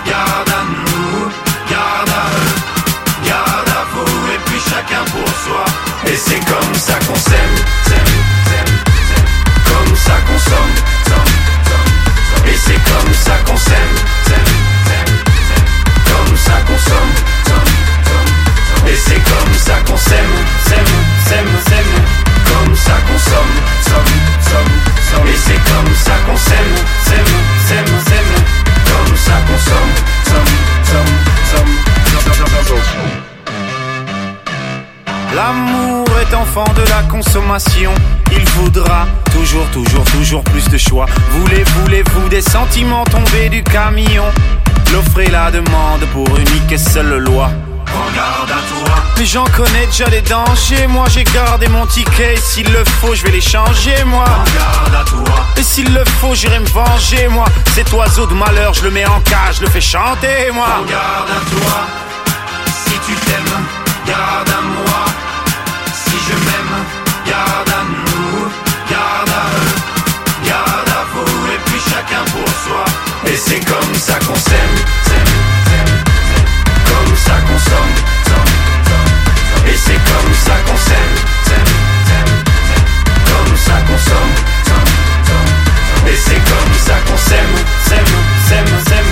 garde à nous, garde à eux, garde à vous, et puis chacun pour soi. Et c'est comme ça qu'on s'aime, s'aime, s'aime, s'aime. comme ça qu'on somme, somme, somme, somme. et c'est comme ça qu'on s'aime, s'aime, s'aime, s'aime. comme ça qu'on somme, somme, somme, somme. et c'est comme ça qu'on s'aime, s'aime, s'aime, s'aime, comme ça qu'on somme, somme, somme, somme, et c'est comme ça qu'on s'aime, s'aime, s'aime, s'aime, comme ça qu'on somme, somme, somme, somme, somme, somme, somme, somme. L'amour est enfant de la consommation. Il voudra toujours, toujours, toujours plus de choix. Voulez, voulez-vous des sentiments tombés du camion L'offre et la demande pour unique et seule loi. Regarde à toi. Mais j'en connais déjà les dangers. Moi j'ai gardé mon ticket. et S'il le faut, je vais les changer, moi. Regarde à toi. Et s'il le faut, j'irai me venger, moi. Cet oiseau de malheur, je le mets en cage, je le fais chanter, moi. Regarde à toi. Si tu t'aimes, garde à moi. Si je m'aime, garde à nous, garde à eux, garde à vous, et puis chacun pour soi. Et c'est comme ça qu'on s'aime, s'aime, s'aime, s'aime. comme ça qu'on somme, somme, somme, somme. Et c'est comme ça qu'on s'aime, s'aime, s'aime, s'aime. comme ça qu'on somme, somme, somme, somme. Et c'est comme ça qu'on s'aime, s'aime, s'aime, s'aime,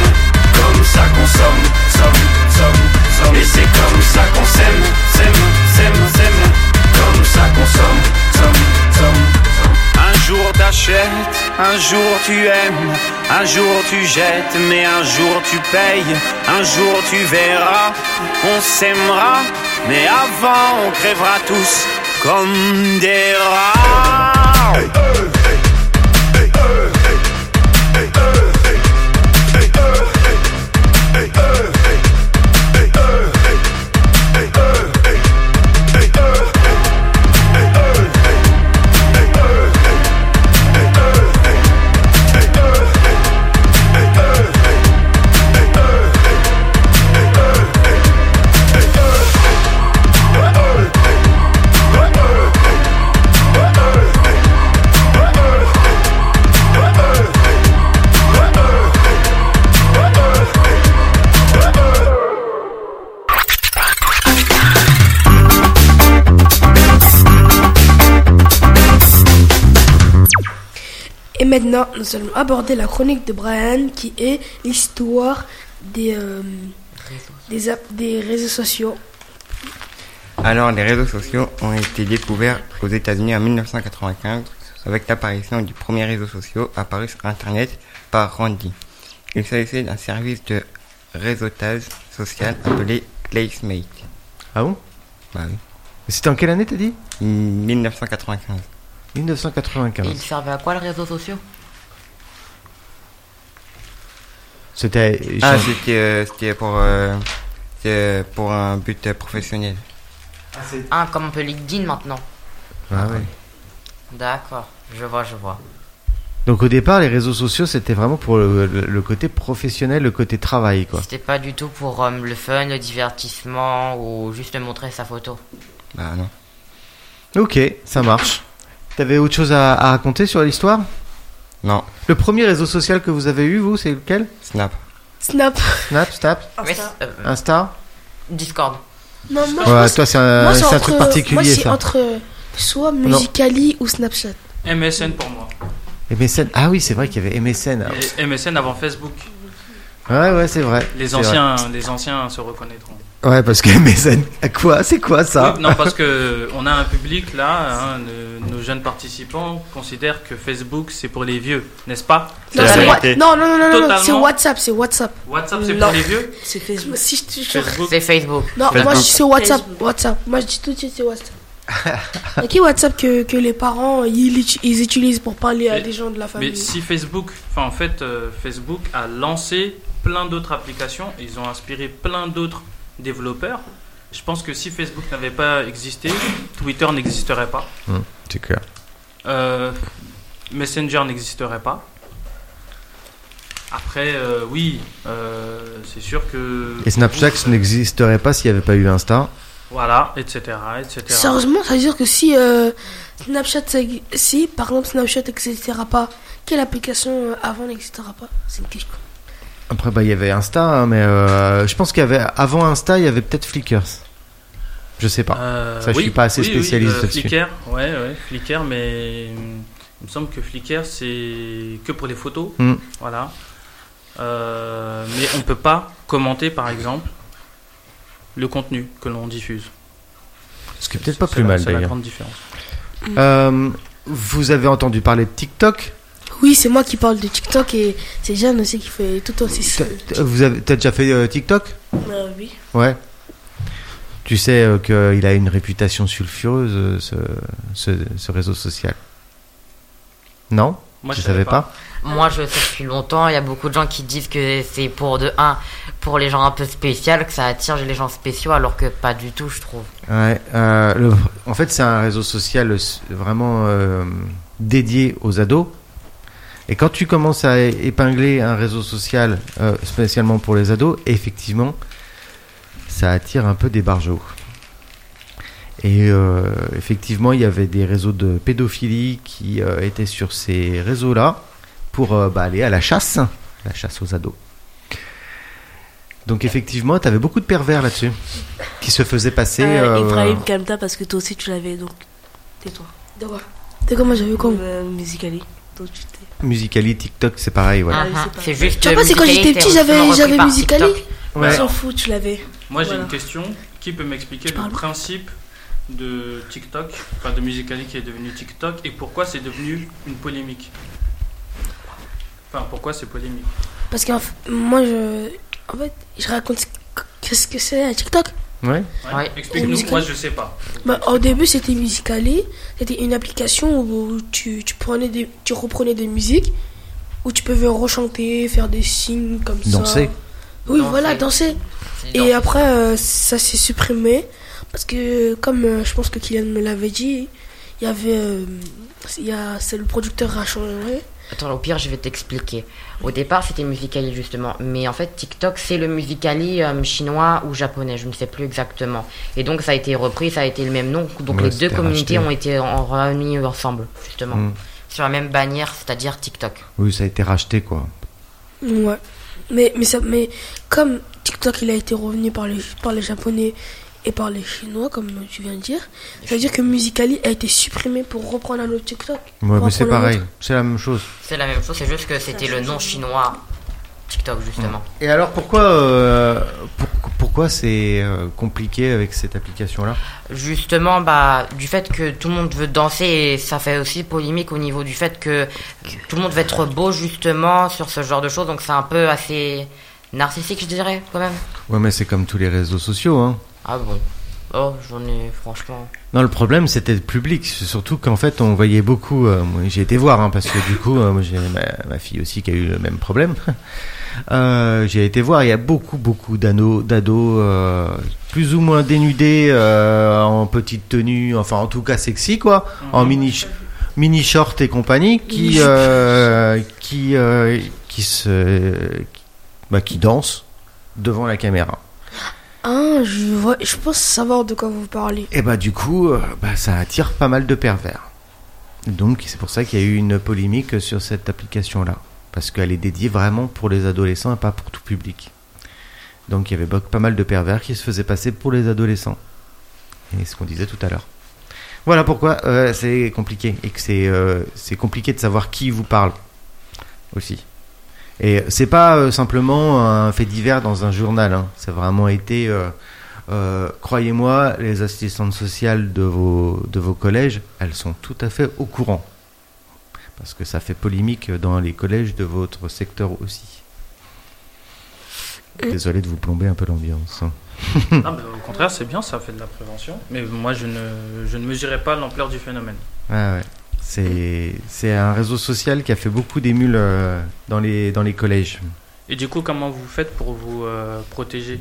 comme ça qu'on somme, somme, somme, somme. Et c'est comme ça qu'on s'aime, s'aime, s'aime, s'aime, comme ça qu'on somme, somme, somme, somme. Un jour t'achètes, un jour tu aimes, un jour tu jettes, mais un jour tu payes, un jour tu verras, on s'aimera, mais avant on crèvera tous comme des rats. Et maintenant, nous allons aborder la chronique de Brian qui est l'histoire des, euh, des, app- des réseaux sociaux. Alors, les réseaux sociaux ont été découverts aux États-Unis en 1995 avec l'apparition du premier réseau social apparu sur Internet par Randy. Il s'agissait d'un service de réseautage social appelé Placemate. Ah bon Bah oui. C'était en quelle année, t'as dit 1995. 1995. Il servait à quoi les réseaux sociaux C'était. Ah, échange- c'était euh, c'était pour, euh, c'était pour un but euh, professionnel. Ah, comme on peut LinkedIn maintenant. Ah ouais. D'accord, je vois, je vois. Donc au départ, les réseaux sociaux, c'était vraiment pour le, le- le côté professionnel, le côté travail, quoi. C'était pas du tout pour euh, le fun, le divertissement ou juste montrer sa photo. Bah non. Ok, ça marche. T'avais autre chose à, à raconter sur l'histoire Non, Le premier réseau social que vous avez eu, vous, c'est lequel Snap. Snap. Snap, Snap, Mais Insta. c'est- euh, Insta Discord. Non, moi, je Ouais, pense- toi, c'est un, moi, c'est c'est un entre- truc particulier, moi, c'est ça. entre euh, soit Musicali ou Snapchat. MSN pour moi. MSN. Ah oui, c'est vrai qu'il y avait MSN. Et MSN avant Facebook. Ouais, ouais, c'est vrai. Les C'est vrai. anciens, les anciens se reconnaîtront. Ouais, parce que MSN. à Quoi C'est quoi ça Oui, non, parce que on a un public là, hein, le- nos jeunes participants considèrent que Facebook c'est pour les vieux, n'est-ce pas Non, la c'est vérité. Wa- non, non, non, non, non, Totalement. c'est WhatsApp, c'est WhatsApp. WhatsApp c'est Non. pour les vieux C'est Facebook. Si je te jure. Facebook. C'est Facebook. Non, moi Facebook. je dis c'est WhatsApp, Facebook. WhatsApp. Moi je dis tout de suite c'est WhatsApp. Et qui WhatsApp que, que les parents ils, l'uti- ils utilisent pour parler à Mais- des gens de la famille Mais si Facebook, enfin en fait euh, Facebook a lancé plein d'autres applications, ils ont inspiré plein d'autres développeurs. Je pense que si Facebook n'avait pas existé, Twitter n'existerait pas. C'est clair. Euh, Messenger n'existerait pas. Après, euh, oui, euh, c'est sûr que. Et Snapchat n'existerait pas s'il n'y avait pas eu Insta. Voilà, etc. etc. Sérieusement, ça veut dire que si euh, Snapchat, ça ex- si par exemple Snapchat n'existera pas, quelle application euh, avant n'existera pas C'est une question. Après, bah, il y avait Insta, hein, mais euh, je pense qu'il y avait avant Insta, il y avait peut-être Flickr. Je sais pas. Euh, Ça, je suis pas assez spécialiste là-dessus. Flickr, ouais, ouais, Flickr, mais hum, il me semble que Flickr, c'est que pour les photos. Hmm. Voilà. Euh, mais on peut pas commenter, par exemple, le contenu que l'on diffuse. Ce qui est peut-être pas C'est plus la- mal C'est la d'ailleurs. grande différence. Mm. Euh, vous avez entendu parler de TikTok Oui, c'est moi qui parle de TikTok et c'est Jeanne aussi qui fait tout aussi. T'as- t'as- Vous avez t'as déjà fait euh, TikTok Euh, oui. Ouais. Tu sais euh, qu'il a une réputation sulfureuse, euh, ce, ce- ce réseau social. Non Moi, Tu je savais savais pas, Moi, je sais depuis longtemps, il y a beaucoup de gens qui disent que c'est pour de un pour les gens un peu spéciaux, que ça attire les gens spéciaux, alors que pas du tout, je trouve. Ouais, euh, le- en fait, c'est un réseau social euh, s- vraiment euh, dédié aux ados. Et quand tu commences à é- épingler un réseau social euh, spécialement pour les ados, effectivement, ça attire un peu des barjots. Et euh, effectivement, il y avait des réseaux de pédophilie qui euh, étaient sur ces réseaux-là pour euh, bah, aller à la chasse, la chasse aux ados. Donc effectivement, tu avais beaucoup de pervers là-dessus qui se faisaient passer. Euh, euh, Ibrahim, calme-toi parce que toi aussi tu l'avais donc tais-toi. T'es comment j'avais vu comme Euh, Musicali. Donc tu t'es. Musicali, TikTok, c'est pareil, ouais. Ah, Ah, oui, ah, c'est pas- c'est juste. Tu vois pas, c'est quand Musicali j'étais était petit, j'avais- repris j'avais par Musicali. TikTok. On Ouais. s'en fout, tu l'avais. Moi, j'ai Voilà. une question. Qui peut m'expliquer Tu le parles. principe de TikTok, enfin de Musical.ly qui est devenu TikTok, et pourquoi c'est devenu une polémique Enfin, pourquoi c'est polémique Parce que moi, je. En fait, je raconte qu'est-ce que c'est un TikTok. Ouais. Ouais. Explique-nous, Musical.ly. moi, je sais pas. Bah, au début, c'était Musical.ly. C'était une application où tu, tu, prenais des, tu reprenais des musiques, où tu pouvais rechanter, faire des signes comme Danser. ça. Oui, Danser. voilà, danser. C'est Et après, euh, ça s'est supprimé. Parce que, comme euh, je pense que Kylian me l'avait dit, il y avait. euh, il y a, c'est le producteur a changé. Attends, au pire, je vais t'expliquer. Au départ, c'était Musicali justement, mais en fait, TikTok, c'est le Musicali euh, chinois ou japonais, je ne sais plus exactement. Et donc, ça a été repris, ça a été le même nom. Donc, Ouais, les c'était deux communautés racheté. ont été en- réunies ensemble, justement, Mm. sur la même bannière, c'est-à-dire TikTok. Oui, ça a été racheté, quoi. Ouais. Mais, mais, ça, mais comme TikTok il a été revenu par les, par les Japonais et par les Chinois, comme tu viens de dire, ça veut dire que Musicali a été supprimé pour reprendre un autre TikTok. Ouais, Pour mais c'est reprendre un pareil, autre. c'est la même chose. C'est la même chose, c'est juste que c'était le nom chinois TikTok, justement. Et alors, pourquoi, euh, pour- pourquoi c'est euh, compliqué avec cette application-là Justement, bah, du fait que tout le monde veut danser, et ça fait aussi polémique au niveau du fait que tout le monde veut être beau, justement, sur ce genre de choses. Donc, c'est un peu assez narcissique, je dirais, quand même. Ouais, mais c'est comme tous les réseaux sociaux, hein. Ah bon Oh, j'en ai, franchement. Non, le problème, c'était le public. C'est Surtout qu'en fait, on voyait beaucoup. euh, moi, j'ai été voir, hein, parce que du coup, euh, moi, j'ai ma, ma fille aussi qui a eu le même problème. Euh, j'ai été voir. Il y a beaucoup, beaucoup d'ados, d'ados euh, plus ou moins dénudés, euh, en petite tenue, enfin, en tout cas sexy, quoi, en mini mini short et compagnie, qui euh, qui euh, qui se bah, qui dansent devant la caméra. Ah, je, vois, je pense savoir de quoi vous parlez. Et bah du coup, euh, bah, ça attire pas mal de pervers. Donc c'est pour ça qu'il y a eu une polémique sur cette application-là. Parce qu'elle est dédiée vraiment pour les adolescents et pas pour tout public. Donc il y avait bo- pas mal de pervers qui se faisaient passer pour les adolescents. Et ce qu'on disait tout à l'heure. Voilà pourquoi euh, c'est compliqué. Et que c'est euh, c'est compliqué de savoir qui vous parle. Aussi. Et c'est pas euh, simplement un fait divers dans un journal. hein. Ça a vraiment été... euh, euh, croyez-moi, les assistantes sociales de vos, de vos collèges, elles sont tout à fait au courant. Parce que ça fait polémique dans les collèges de votre secteur aussi. Désolé de vous plomber un peu l'ambiance. hein. Non, mais au contraire, c'est bien, ça fait de la prévention. Mais moi, je ne, je ne mesurais pas l'ampleur du phénomène. Ouais, ouais. C'est, c'est un réseau social qui a fait beaucoup d'émules euh, dans, les, dans les collèges. Et du coup, comment vous faites pour vous euh, protéger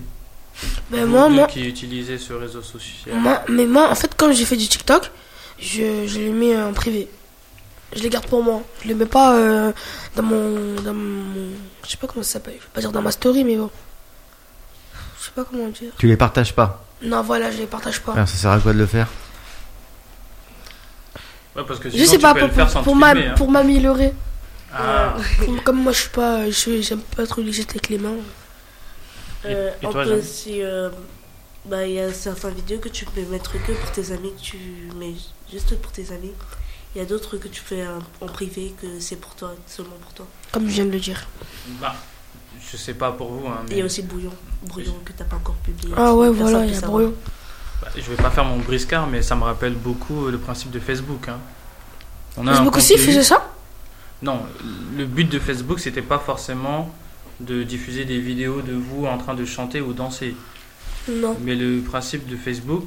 Mais Ben, Vous moi, deux moi, qui utilisez ce réseau social. moi, mais moi, en fait, quand j'ai fait du TikTok, je, je l'ai mis en privé. je les garde pour moi. Je les mets pas euh, dans mon. dans mon- Je sais pas comment ça s'appelle. Je vais pas dire dans ma story, mais bon. Je sais pas comment dire. Tu les partages pas. Non, voilà, je les partage pas. Alors ça sert à quoi de le faire Ouais, parce que je sinon, sais tu pas, peux pour, le faire pour, sans te pour m'a- filmer, hein. pour m'améliorer. Ah. Comme- Comme moi, je suis pas. je- J'aime pas trop les gestes avec les mains. Euh, et on toi, peut Jeanne aussi. euh, bah, il y a certaines vidéos que tu peux mettre que pour tes amis, que tu mets juste pour tes amis. Il y a d'autres que tu fais euh, en privé, que c'est pour toi, seulement pour toi. Comme je viens de le dire. Bah, je sais pas pour vous, hein, Et il y mais a aussi Brouillon, Brouillon que t'as pas encore publié. Ah ouais, Personne voilà, peut il y a savoir. brouillon. bah, je vais pas faire mon briscard, mais ça me rappelle beaucoup euh, le principe de Facebook. hein. On a un Facebook aussi, il contenu- faisait ça Non, le but de Facebook, c'était pas forcément de diffuser des vidéos de vous en train de chanter ou danser. Non. Mais le principe de Facebook,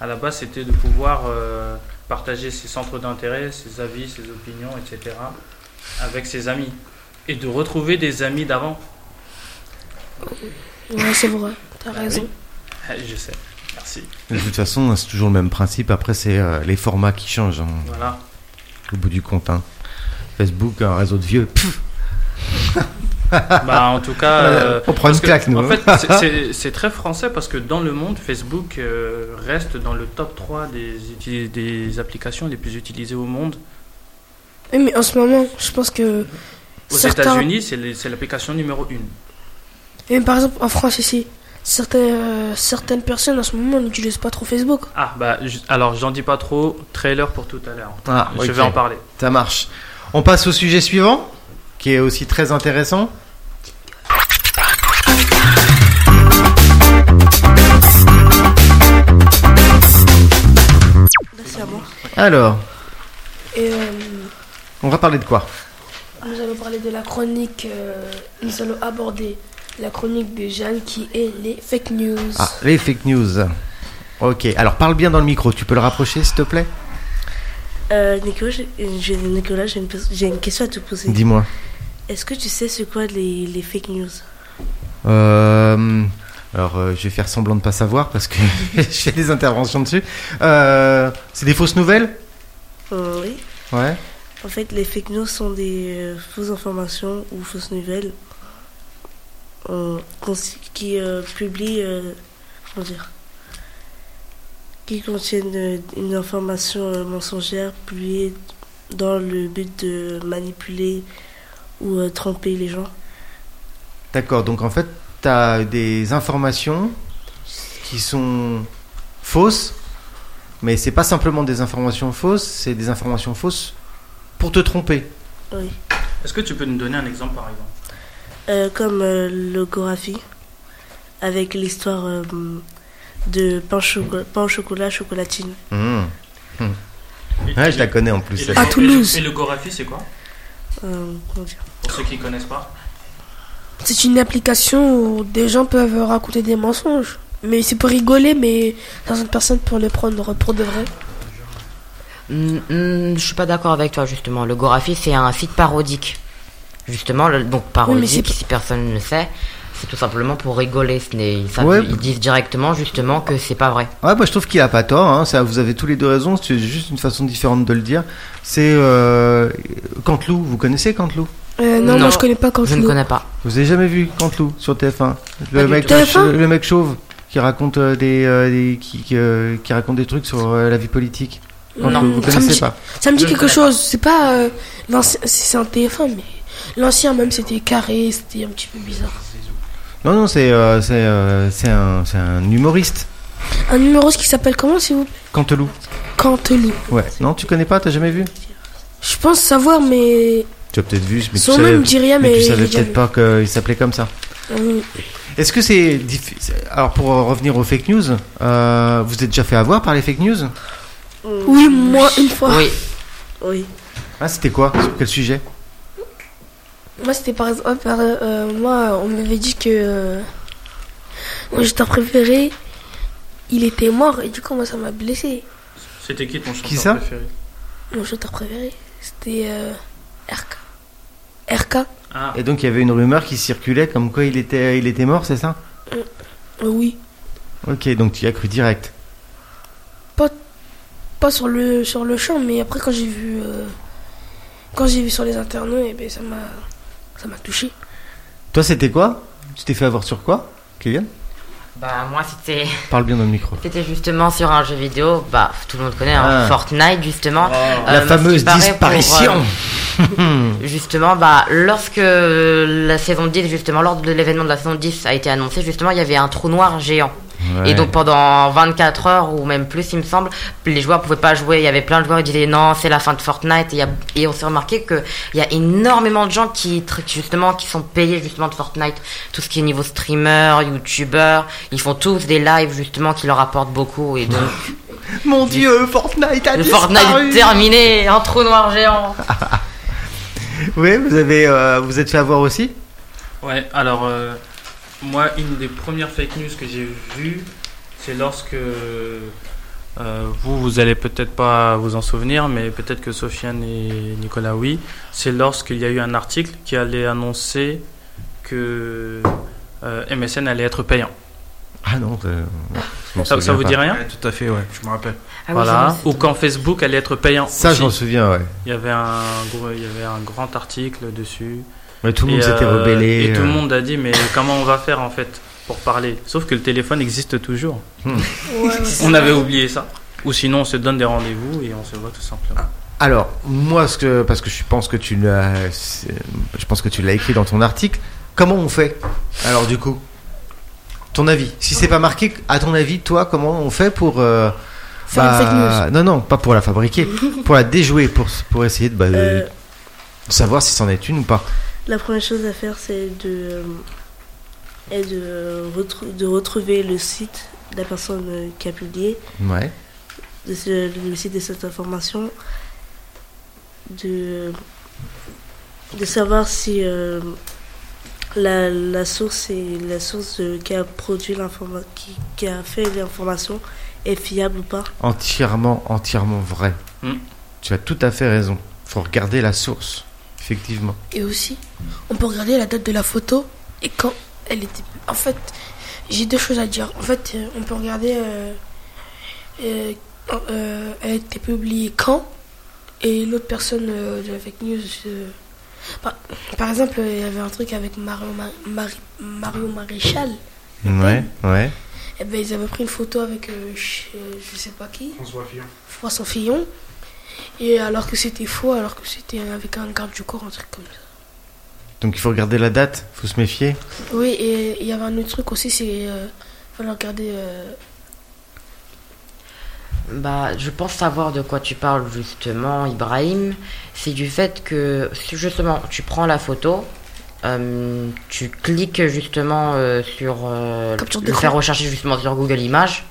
à la base, c'était de pouvoir euh, partager ses centres d'intérêt, ses avis, ses opinions, etc. avec ses amis. Et de retrouver des amis d'avant. Oh. Ouais, c'est vrai. T'as Bah raison. oui. Je sais. Merci. De toute façon, c'est toujours le même principe. Après, c'est euh, les formats qui changent hein, Voilà. au bout du compte. hein. Facebook, un réseau de vieux. Pff, bah, en tout cas. euh, on prend une parce que, claque, nous. En hein. fait, c'est- c'est- c'est très français parce que dans le monde, Facebook euh, reste dans le top 3 des, uti- des applications les plus utilisées au monde. Oui, mais en ce moment, je pense que. Aux certains- États-Unis, c'est les- c'est l'application numéro 1. Et même par exemple en France ici, certaines, euh, certaines personnes en ce moment n'utilisent pas trop Facebook. Ah, bah, je- alors j'en dis pas trop. Trailer pour tout à l'heure. Ah, Je ok. vais en parler. Ça marche. On passe au sujet suivant, qui est aussi très intéressant. Là, c'est à moi. Alors, Et euh, on va parler de quoi nous allons parler de la chronique, euh, nous allons aborder la chronique de Jeanne qui est les fake news. Ah, les fake news. Ok, alors parle bien dans le micro. Tu peux le rapprocher, s'il te plaît Euh, Nico, j'ai- j'ai- Nicolas, j'ai une, pers- j'ai une question à te poser. Dis-moi. Est-ce que tu sais ce quoi les, les fake news Euh, alors, euh, je vais faire semblant de pas savoir parce que je fais des interventions dessus. Euh, c'est des fausses nouvelles Euh, Oui. Ouais. En fait, les fake news sont des euh, fausses informations ou fausses nouvelles euh, qu'on- qui euh, publient, euh, comment dire, qui contiennent euh, une information euh, mensongère publiée dans le but de manipuler ou euh, tromper les gens. D'accord, donc en fait, tu as des informations qui sont fausses, mais c'est pas simplement des informations fausses, c'est des informations fausses pour te tromper. Oui. Est-ce que tu peux nous donner un exemple par exemple Euh, comme euh, l'ogographie, avec l'histoire euh, de pain, choco- pain au chocolat, chocolatine. Mmh. Et- Ouais, et je la le- connais en plus. et le- celle-là. À Toulouse. Et le Gorafi, c'est quoi Euh, comment dire Pour ceux qui connaissent pas. C'est une application où des gens peuvent raconter des mensonges. Mais c'est pour rigoler, mais certaines personnes peuvent les prendre pour de vrai. Hmm, hmm, je suis pas d'accord avec toi justement. Le Gorafi c'est un site parodique. Justement, le- donc parodique, c'est- si personne ne le sait, c'est tout simplement pour rigoler. Ce n'est- ils, savent- Ouais. ils disent directement justement que c'est pas vrai. Ouais, bah, je trouve qu'il a pas tort. hein. Ça, vous avez tous les deux raison. C'est juste une façon différente de le dire. C'est euh, Canteloup. Vous connaissez Canteloup Euh, non, Non. moi je connais pas quand Je ne connais pas. Vous avez jamais vu Canteloup sur TF1 Le Pas du mec, tout. TF1? le mec chauve qui raconte euh, des, euh, des- qui, qui, euh, qui raconte des trucs sur euh, la vie politique. Canteloup, Non, vous ça me connaissez dit- pas Ça me dit Je quelque connais chose. C'est pas. euh, l'ancien- c'est un téléphone, mais l'ancien même c'était carré, c'était un petit peu bizarre. Non, non, c'est euh, c'est euh, c'est un, c'est un humoriste. Un numéro ce qui s'appelle comment si vous Canteloup. Cantelou. Ouais. Non, tu connais pas T'as jamais vu Je pense savoir, mais Tu as peut-être vu, mais son tu savais, nom me dit rien, mais mais, tu je savais l'ai déjà peut-être pas qu'il euh, s'appelait comme ça. vu. Oui. Est-ce que c'est diffi- alors pour euh, revenir aux fake news, euh, vous êtes déjà fait avoir par les fake news Oui, moi une fois. Oui, Oui. Ah c'était quoi Sur quel sujet Moi c'était par exemple, par- euh, moi on m'avait dit que euh, mon chanteur préféré, il était mort et du coup moi ça m'a blessé. C'était qui ton chanteur Qui ça préféré Mon chanteur préféré, c'était euh, RK. RK. Ah, Et donc il y avait une rumeur qui circulait comme quoi il était il était mort, c'est ça Euh, oui. Ok, donc tu y as cru direct. pas sur le sur le champ mais après quand j'ai vu euh, quand j'ai vu sur les internats, eh ben, ça m'a ça m'a touché. Toi, c'était quoi Tu t'es fait avoir sur quoi, Kylian Bah, moi, c'était. Parle bien dans le micro. C'était justement sur un jeu vidéo, bah tout le monde connaît, hein, Ah. Fortnite justement. Euh, La ce qui fameuse paraît pour, disparition euh, justement, bah lorsque la saison 10, justement, lors de l'événement de la saison 10 a été annoncé, justement, il y avait un trou noir géant. Et Ouais. donc pendant 24 heures ou même plus, il me semble, les joueurs pouvaient pas jouer. Il y avait plein de joueurs qui disaient non, c'est la fin de Fortnite. Et, il y a- et on s'est remarqué que il y a énormément de gens qui tr- justement qui sont payés justement de Fortnite. Tout ce qui est niveau streamer, youtubeur, ils font tous des lives justement qui leur apportent beaucoup. Et donc Mon dieu, Fortnite a le Ah, disparu Fortnite terminé, un trou noir géant. Oui, vous avez, euh, vous êtes fait avoir aussi Ouais, alors, euh, moi, une des premières fake news que j'ai vues, c'est lorsque. euh, vous, vous allez peut-être pas vous en souvenir, mais peut-être que Sofiane et Nicolas, oui. C'est lorsqu'il y a eu un article qui allait annoncer que euh, MSN allait être payant. Ah non, euh, je m'en Ça, ça souviens vous pas. dit rien Ouais, tout à fait, ouais, je me Ah rappelle. Voilà. Ou quand Facebook allait être payant. Ça, aussi. je m'en souviens, ouais. Il y avait un gros- il y avait un grand article dessus. Mais tout le Et, monde s'était euh, rebellé. Et tout euh, le monde a dit, mais comment on va faire en fait pour parler Sauf que le téléphone existe toujours. Hmm. On avait oublié ça. Ou sinon, on se donne des rendez-vous et on se voit tout simplement. Alors, moi, ce que, parce que je pense que tu l'as, c'est- je pense que tu l'as écrit dans ton article. Comment on fait Alors, du coup, ton avis. Si c'est pas marqué, à ton avis, toi, comment on fait pour euh, Faire une fake Bah, Non, non, pas pour la fabriquer, pour la déjouer, pour pour essayer de, bah, de Euh, savoir si c'en est une ou pas. La première chose à faire, c'est de, euh, est de, euh, retrou- de retrouver le site de la personne euh, qui a publié, Ouais. de ce- le site de cette information, de, de savoir si euh, la, la source et la source euh, qui a produit l'information, qui, qui a fait l'information est fiable ou pas. Entièrement, entièrement vrai. Hmm. Tu as tout à fait raison. Faut regarder la source, effectivement. Et aussi, on peut regarder la date de la photo et quand elle était. En fait, j'ai deux choses à dire. En fait, euh, on peut regarder. euh, euh, euh, elle a été publiée quand et l'autre personne euh, de la fake news. euh, par, par exemple, euh, il y avait un truc avec Mario, Ma- Mari- Mario Maréchal. Ouais, ouais. Et ben, ils avaient pris une photo avec euh, je, je sais pas qui, François Fillon. François Fillon. Et alors que c'était faux, alors que c'était avec un garde du corps, un truc comme ça. Donc il faut regarder la date, faut se méfier. Oui, et il y avait un autre truc aussi, c'est. Euh, fallait regarder. euh, Bah, je pense savoir de quoi tu parles justement, Ibrahim. C'est du fait que si justement tu prends la photo, euh, tu cliques justement euh, sur euh, Capture le d'écran. faire rechercher justement sur Google Images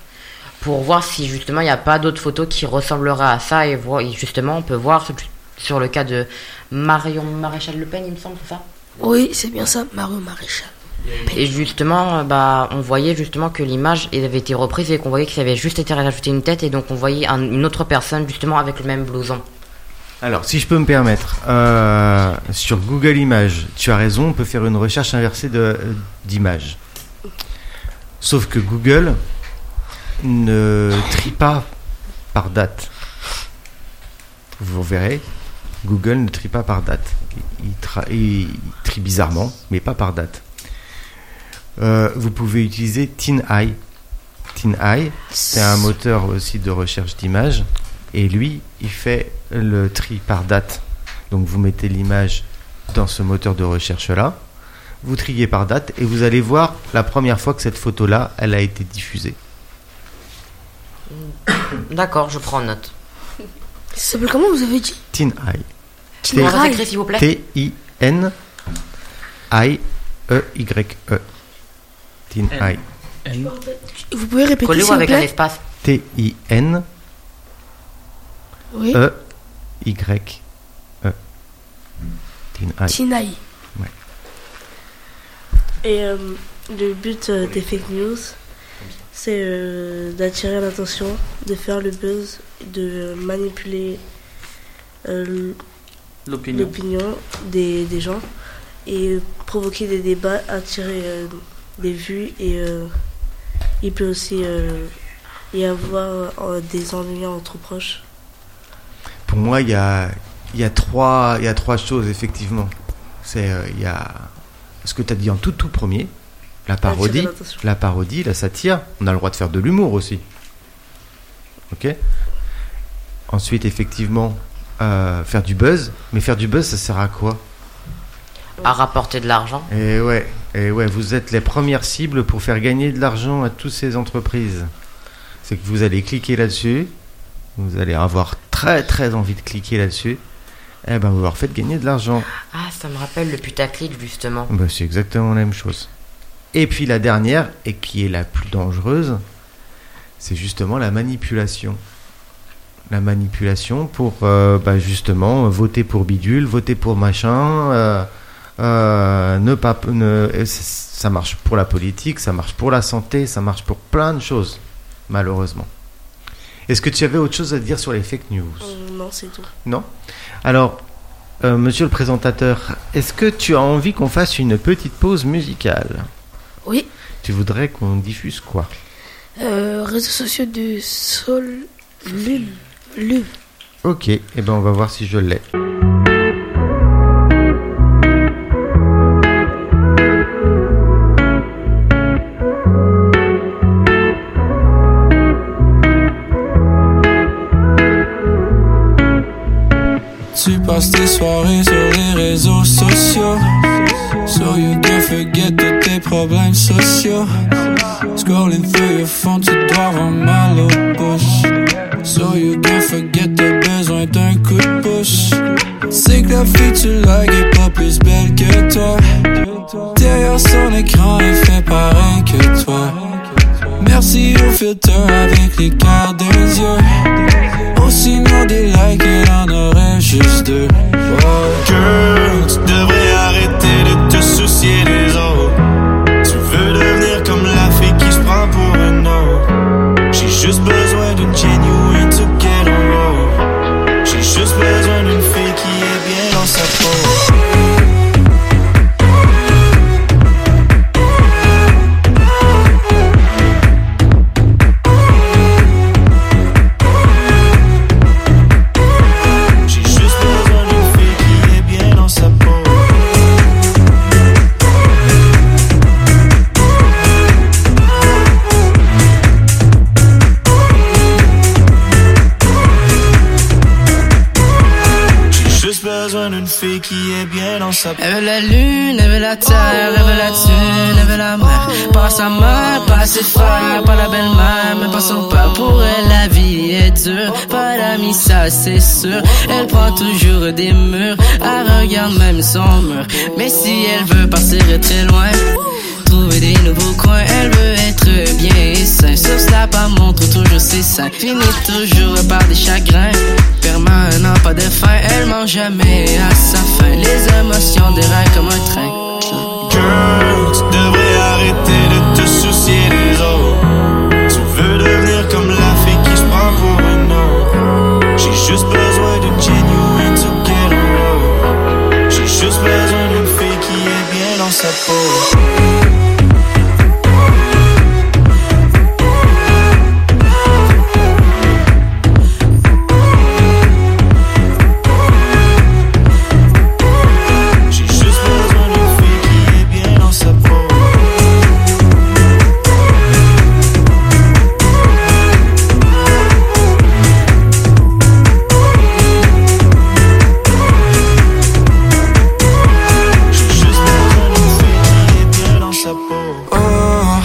pour voir si justement il n'y a pas d'autres photos qui ressembleraient à ça et, voir- et justement on peut voir sur- sur le cas de Marion Maréchal Le Pen, il me semble, c'est ça Oui, c'est bien ça, Mario Maréchal. Et justement, euh, bah, on voyait justement que l'image elle avait été reprise et qu'on voyait que ça avait juste été rajouté une tête et donc on voyait un- une autre personne justement avec le même blouson. Alors, si je peux me permettre, euh, sur Google Images, tu as raison, on peut faire une recherche inversée de- euh, d'images. Sauf que Google ne trie pas par date. Vous verrez, Google ne trie pas par date. Il, tra- il- il trie bizarrement, mais pas par date. Euh, vous pouvez utiliser TinEye. TinEye, c'est un moteur aussi de recherche d'images. Et lui, il fait le tri par date. Donc vous mettez l'image dans ce moteur de recherche-là, vous triez par date et vous allez voir la première fois que cette photo-là, elle a été diffusée. D'accord, je prends note. Ça s'appelle comment vous avez dit TinEye. Comment Tineye. ça s'écrit s'il vous plaît E T-I-N-I-E-Y-E. TinEye. Vous pouvez répéter Collé s'il ou vous avec un plaît espace T-I-N-E-Y-E. E Oui, TinEye. Tinaï. Et euh, le but euh, des fake news, c'est euh, d'attirer l'attention, de faire le buzz, de manipuler euh, L'opinion. l'opinion des, des gens et provoquer des débats, attirer euh, des vues et euh, il peut aussi euh, y avoir euh, des ennuis entre proches. Pour moi, il y a Il y a trois, il y a trois choses effectivement. C'est euh, il y a ce que tu as dit en tout tout premier, la parodie, l'attention. la parodie, la satire. On a le droit de faire de l'humour aussi. Ok. Ensuite, effectivement, euh, faire du buzz. Mais faire du buzz, ça sert à quoi À rapporter de l'argent. Et Eh ouais, et ouais, vous êtes les premières cibles pour faire gagner de l'argent à toutes ces entreprises. C'est que vous allez cliquer là-dessus, vous allez avoir très très envie de cliquer là-dessus, et ben vous leur faites gagner de l'argent. Ah, ça me rappelle le putaclic, justement. Ben, c'est exactement la même chose. Et puis la dernière, et qui est la plus dangereuse, c'est justement la manipulation. La manipulation pour euh, bah, justement voter pour bidule, voter pour machin, euh, euh, ne pas, ne- et c- ça marche pour la politique, ça marche pour la santé, ça marche pour plein de choses, malheureusement. Est-ce que tu avais autre chose à dire sur les fake news Euh, Non, c'est tout. non Alors, euh, monsieur le présentateur, est-ce que tu as envie qu'on fasse une petite pause musicale Oui, Tu voudrais qu'on diffuse quoi euh, réseaux sociaux de Sol Lune. Lune. Ok, et ben on va voir si je l'ai. Tu passes tes soirées sur les réseaux sociaux. So you can forget tous tes problèmes sociaux. Scrolling through your phone, tu dois avoir mal aux poches. So you can forget t'as besoin d'un coup de pouce. C'est que la fille tu likes est pas plus belle que toi. Derrière son écran, elle fait pareil que toi. Merci au filtre avec les quarts de yeux. Au signal des likes, elle en aurait juste deux. Wow. que tu devrais arrêter de te soucier des autres. Tu veux devenir comme la fille qui se prend pour un autre. J'ai juste besoin d'une genuine to get on board. J'ai juste besoin d'une fille qui est bien dans sa peau. J'ai juste besoin d'une fille qui est bien dans sa peau. J'ai juste besoin d'une fille qui est bien dans sa peau. Elle veut la lune, elle veut la terre, elle veut la thune, elle veut la mer. Pas sa mère, pas ses frères, pas la belle-mère, mais pas son père. Pour elle, la vie est dure, pas d'amis, ça c'est sûr. Elle prend toujours des murs, elle regarde même son mur. Mais si elle veut partir très loin, trouver des nouveaux coins, elle veut être bien et sain. Sur Snap, elle montre toujours ses seins. Finit toujours par des chagrins. Permanent, pas de fin, elle mange jamais à sa faim. Les émotions déraillent comme un train. que tu devrais arrêter de te soucier des autres. Tu veux devenir comme la fille qui se prend pour un autre. J'ai juste besoin d'une genuine to get on. J'ai juste besoin d'une fille qui est bien dans sa peau. J'ai juste besoin d'une fille qui est bien dans sa peau. J'ai juste besoin d'une fille qui est bien dans sa peau. Oh,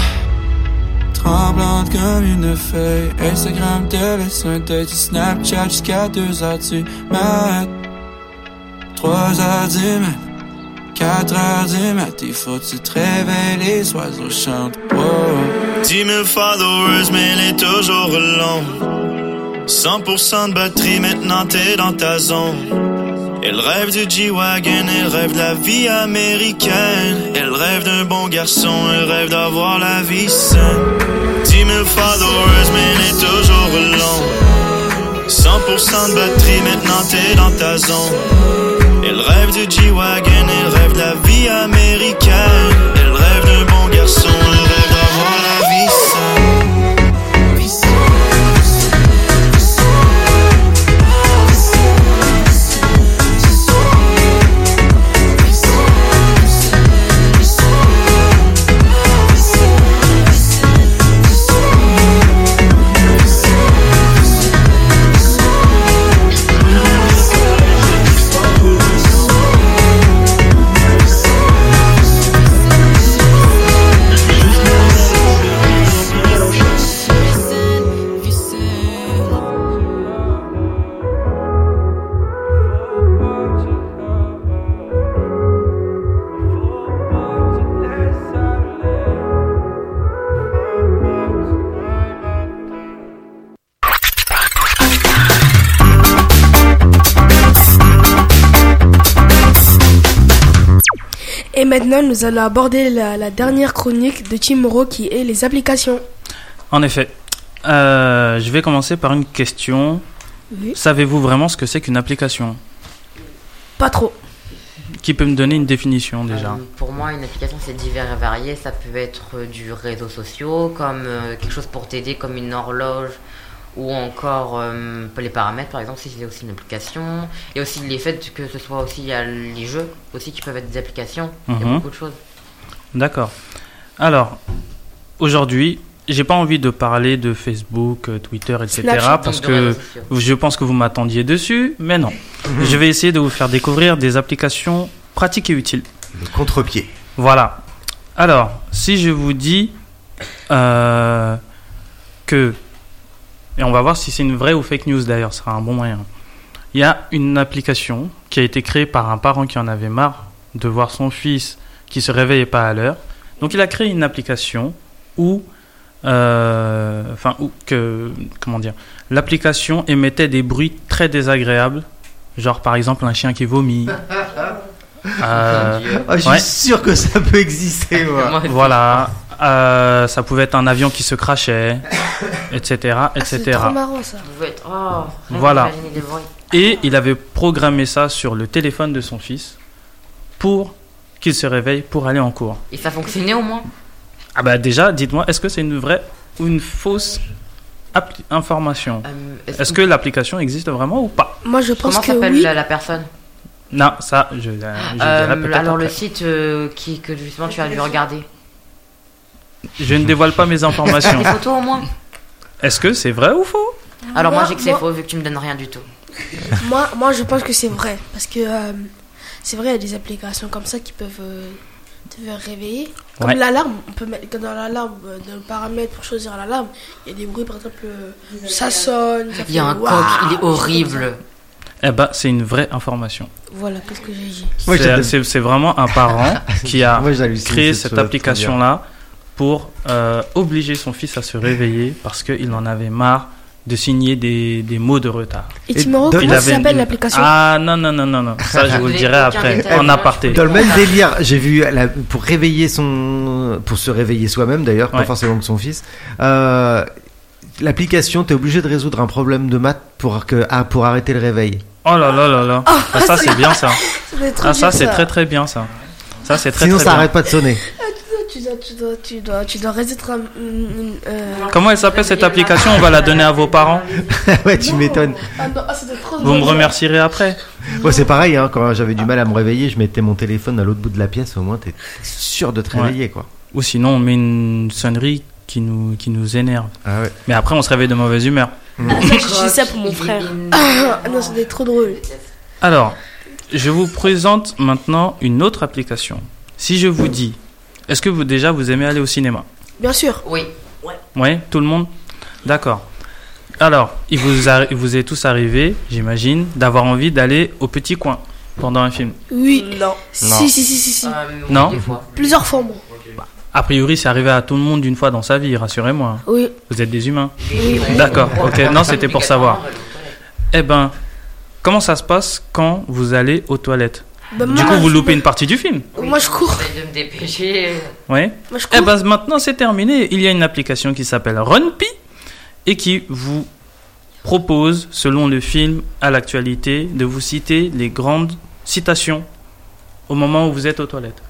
tremblante comme une feuille. Instagram te laisse un deuil. Tu Snapchat jusqu'à 2h du mat. 3h du mat. 4h du mat. Il faut que tu te réveilles. Les oiseaux chantent. Oh. 10 000 followers, mais elle est toujours longue. 100% de batterie, maintenant t'es dans ta zone. Elle rêve du G-Wagon, elle rêve de la vie américaine. Elle rêve d'un bon garçon, elle rêve d'avoir la vie saine. 10 000 followers, mais elle est toujours longue. 100% de batterie, maintenant t'es dans ta zone. Elle rêve du G-Wagon, elle rêve de la vie américaine. Elle rêve d'un bon garçon, elle rêve d'avoir la vie saine. Et maintenant, nous allons aborder la, la dernière chronique de Chimoro qui est les applications. En effet, Euh, je vais commencer par une question. Oui. Savez-vous vraiment ce que c'est qu'une application Pas trop. Qui peut me donner une définition déjà Euh, pour moi, une application, c'est divers et varié. Ça peut être euh, du réseau social, comme euh, quelque chose pour t'aider, comme une horloge, ou encore euh, les paramètres, par exemple, si c'est aussi une application. Et aussi les faits que ce soit aussi, il y a les jeux aussi qui peuvent être des applications. Il y a Mhm. beaucoup de choses. D'accord. Alors, aujourd'hui, j'ai pas envie de parler de Facebook, euh, Twitter, etc. Snapchat, parce donc, de réseaux que sociaux. je pense que vous m'attendiez dessus, mais non. Mhm. je vais essayer de vous faire découvrir des applications pratiques et utiles. Le contre-pied. Voilà. Alors, si je vous dis euh, que, et on va voir si c'est une vraie ou fake news d'ailleurs, ce sera un bon moyen. Il y a une application qui a été créée par un parent qui en avait marre de voir son fils qui se réveillait pas à l'heure. Donc il a créé une application où, euh, enfin, où que, comment dire, l'application émettait des bruits très désagréables, genre par exemple un chien qui vomit. Euh, Ah, je suis Ouais. sûr que ça peut exister, moi. Moi, voilà, euh, ça pouvait être un avion qui se crachait, etc., Ah, c'est etc. trop marrant ça. Vous pouvez être. Oh, rien Voilà. qu'imaginer des bruits. Et il avait programmé ça sur le téléphone de son fils pour qu'il se réveille pour aller en cours. Et ça fonctionnait au moins. Ah bah déjà, dites-moi, est-ce que c'est une vraie ou une fausse appli- information Euh, Est-ce que l'application existe vraiment ou pas Moi, je pense Comment que s'appelle oui. la, la personne Non, ça, je, je dirais Euh, peut-être Alors le après. site euh, qui, que justement tu as dû regarder. Je ne dévoile pas mes informations. Des photos au moins. Est-ce que c'est vrai ou faux Alors moi, Moi- j'ai que c'est moi- faux vu que tu me donnes rien du tout. Moi, moi, je pense que c'est vrai. Parce que euh, c'est vrai, il y a des applications comme ça qui peuvent euh, te faire réveiller. Comme Ouais. l'alarme, on peut mettre que dans l'alarme, euh, dans le paramètre pour choisir l'alarme, il y a des bruits, par exemple, euh, ça sonne. ça Il y a fait un waouh, coq, il des est choses comme horrible. Eh ben, c'est une vraie information. ça. Voilà, qu'est-ce que j'ai dit Moi, C'est j'adore. c'est- c'est vraiment un parent qui a Moi, Ah, j'hallucine, créé c'est cette trop- trop bien. application-là pour euh, obliger son fils à se réveiller parce qu'il en avait marre de signer des, des mots de retard. Et Et Timoro, dans- Il comment ça avait une- s'appelle l'application Ah non, non, non, non, non. Ça, je vous le Mais dirai aucun après, détail, en moi, aparté. je- Dans le même délire, j'ai vu la- pour réveiller son, pour se réveiller soi-même d'ailleurs, pas Ouais. forcément que son fils. euh, L'application, t'es obligé de résoudre un problème de maths pour que ah, pour arrêter le réveil. Oh là là là là. Ah, ça, c'est bien ça. Ça doit être trop Ah, ça, dur, c'est très très bien ça. Ça, c'est très Sinon, très ça bien. arrête pas de sonner. Ah, Tu dois, tu dois, tu dois, tu dois résoudre un- une- une- euh, Comment elle s'appelle cette application On va la donner à vos parents. ouais, tu m'étonnes. Ah non, ah, ça doit être trop Vous me dur. remercierez après. Moi, c'est pareil. hein, quand j'avais du mal à me réveiller, je mettais mon téléphone à l'autre bout de la pièce. Au moins, t'es t'es sûr de te Ouais. réveiller, quoi. Ou sinon, on met une sonnerie qui nous, qui nous énerve. Ah ouais. Mm. Mais après, on se réveille de mauvaise humeur. Je dis ça pour mon frère. Ah non, ça doit être trop drôle. Alors, je vous présente maintenant une autre application. Si je vous dis, est-ce que vous déjà vous aimez aller au cinéma Bien sûr. Oui. Oui, tout le monde D'accord. Alors, il vous, a- il vous est tous arrivé, j'imagine, d'avoir envie d'aller au petit coin pendant un film. Oui. Non. Si, si, si, si, si. Euh, oui, Non. des fois. Plusieurs fois, moi. A priori, c'est arrivé à tout le monde une fois dans sa vie, rassurez-moi. hein. Oui. Vous êtes des humains. Oui, oui. D'accord, ok. Non, c'était pour savoir. Obligatoirement, on va aller aux toilettes. Eh ben, comment ça se passe quand vous allez aux toilettes Bah, Du moi, coup, vous je- loupez une partie du film, Moi, je cours. J'essaie de me dépêcher. oui Moi, je cours. Eh ben maintenant c'est terminé. Il y a une application qui s'appelle Runpi et qui vous propose, selon le film à l'actualité, de vous citer les grandes citations au moment où vous êtes aux toilettes.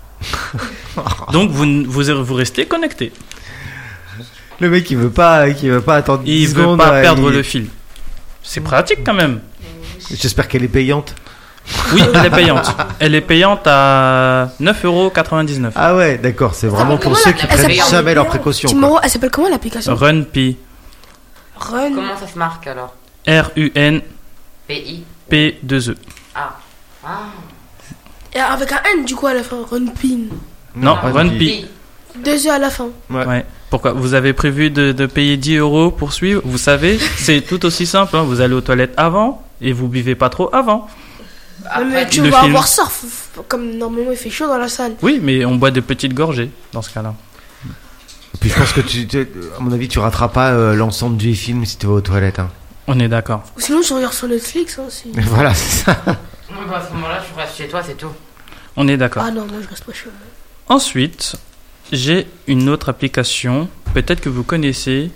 Donc vous, ne- vous, vous restez connecté. Le mec, il veut pas, il veut pas attendre. Il 10 veut secondes, pas ouais, perdre il- le fil. C'est pratique quand même. J'espère qu'elle est payante. Oui, elle est payante. Elle est payante à 9,99€. Ah ouais, d'accord. C'est vraiment pour comment ceux la- qui elle prennent s'appelle- jamais leurs précautions. quoi. Timoro, elle s'appelle comment l'application Runpi. Run. Comment ça se marque alors R-U-N-P-2-E. PI E. Ah. Ah. Et avec un N, du coup, à la fin. Runpin. Mmh. Non, Runpi. Deux E à la fin. Ouais. Pourquoi Vous avez prévu de, de payer 10 euros pour suivre Vous savez, c'est tout aussi simple. hein. Vous allez aux toilettes avant et vous buvez pas trop avant. Après, mais tu le vas film. avoir surf. f- Comme normalement, il fait chaud dans la salle. Oui, mais on boit de petites gorgées dans ce cas-là. Et Puis je pense que tu, tu- à mon avis, tu rateras pas euh, l'ensemble du film si tu vas aux toilettes. hein. On est d'accord. Ou sinon, je regarde sur Netflix. Hein, si- Voilà, c'est ça. bah, à ce moment-là, tu restes chez toi, c'est tout. On est d'accord. Ah non, moi je reste pas chez moi. Ensuite, j'ai une autre application, peut-être que vous connaissez,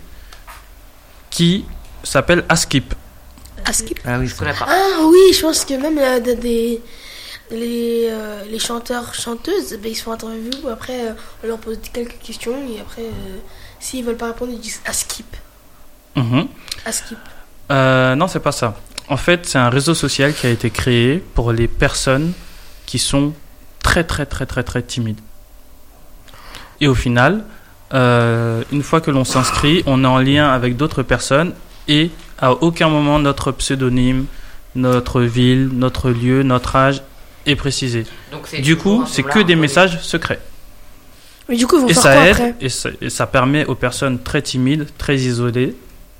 qui s'appelle Askip. Ah, skip. Ah oui, Je connais pas. Ah oui, je pense que même euh, des, des- les, euh, les chanteurs, chanteuses, ben, ils se font interview. Après, euh, on leur pose quelques questions et après, euh, s'ils veulent pas répondre, ils disent ah, à skip. Mhm. À skip. Euh, non, c'est pas ça. En fait, c'est un réseau social qui a été créé pour les personnes qui sont très très très très très timides. Et au final, euh, une fois que l'on s'inscrit, on est en lien avec d'autres personnes et à aucun moment notre pseudonyme, notre ville, notre lieu, notre âge est précisé. Donc, c'est Du toujours coup, un c'est peu que là, des on- messages secrets. Mais du coup, ils vont Et faire ça quoi aide après et ça, et ça permet aux personnes très timides, très isolées,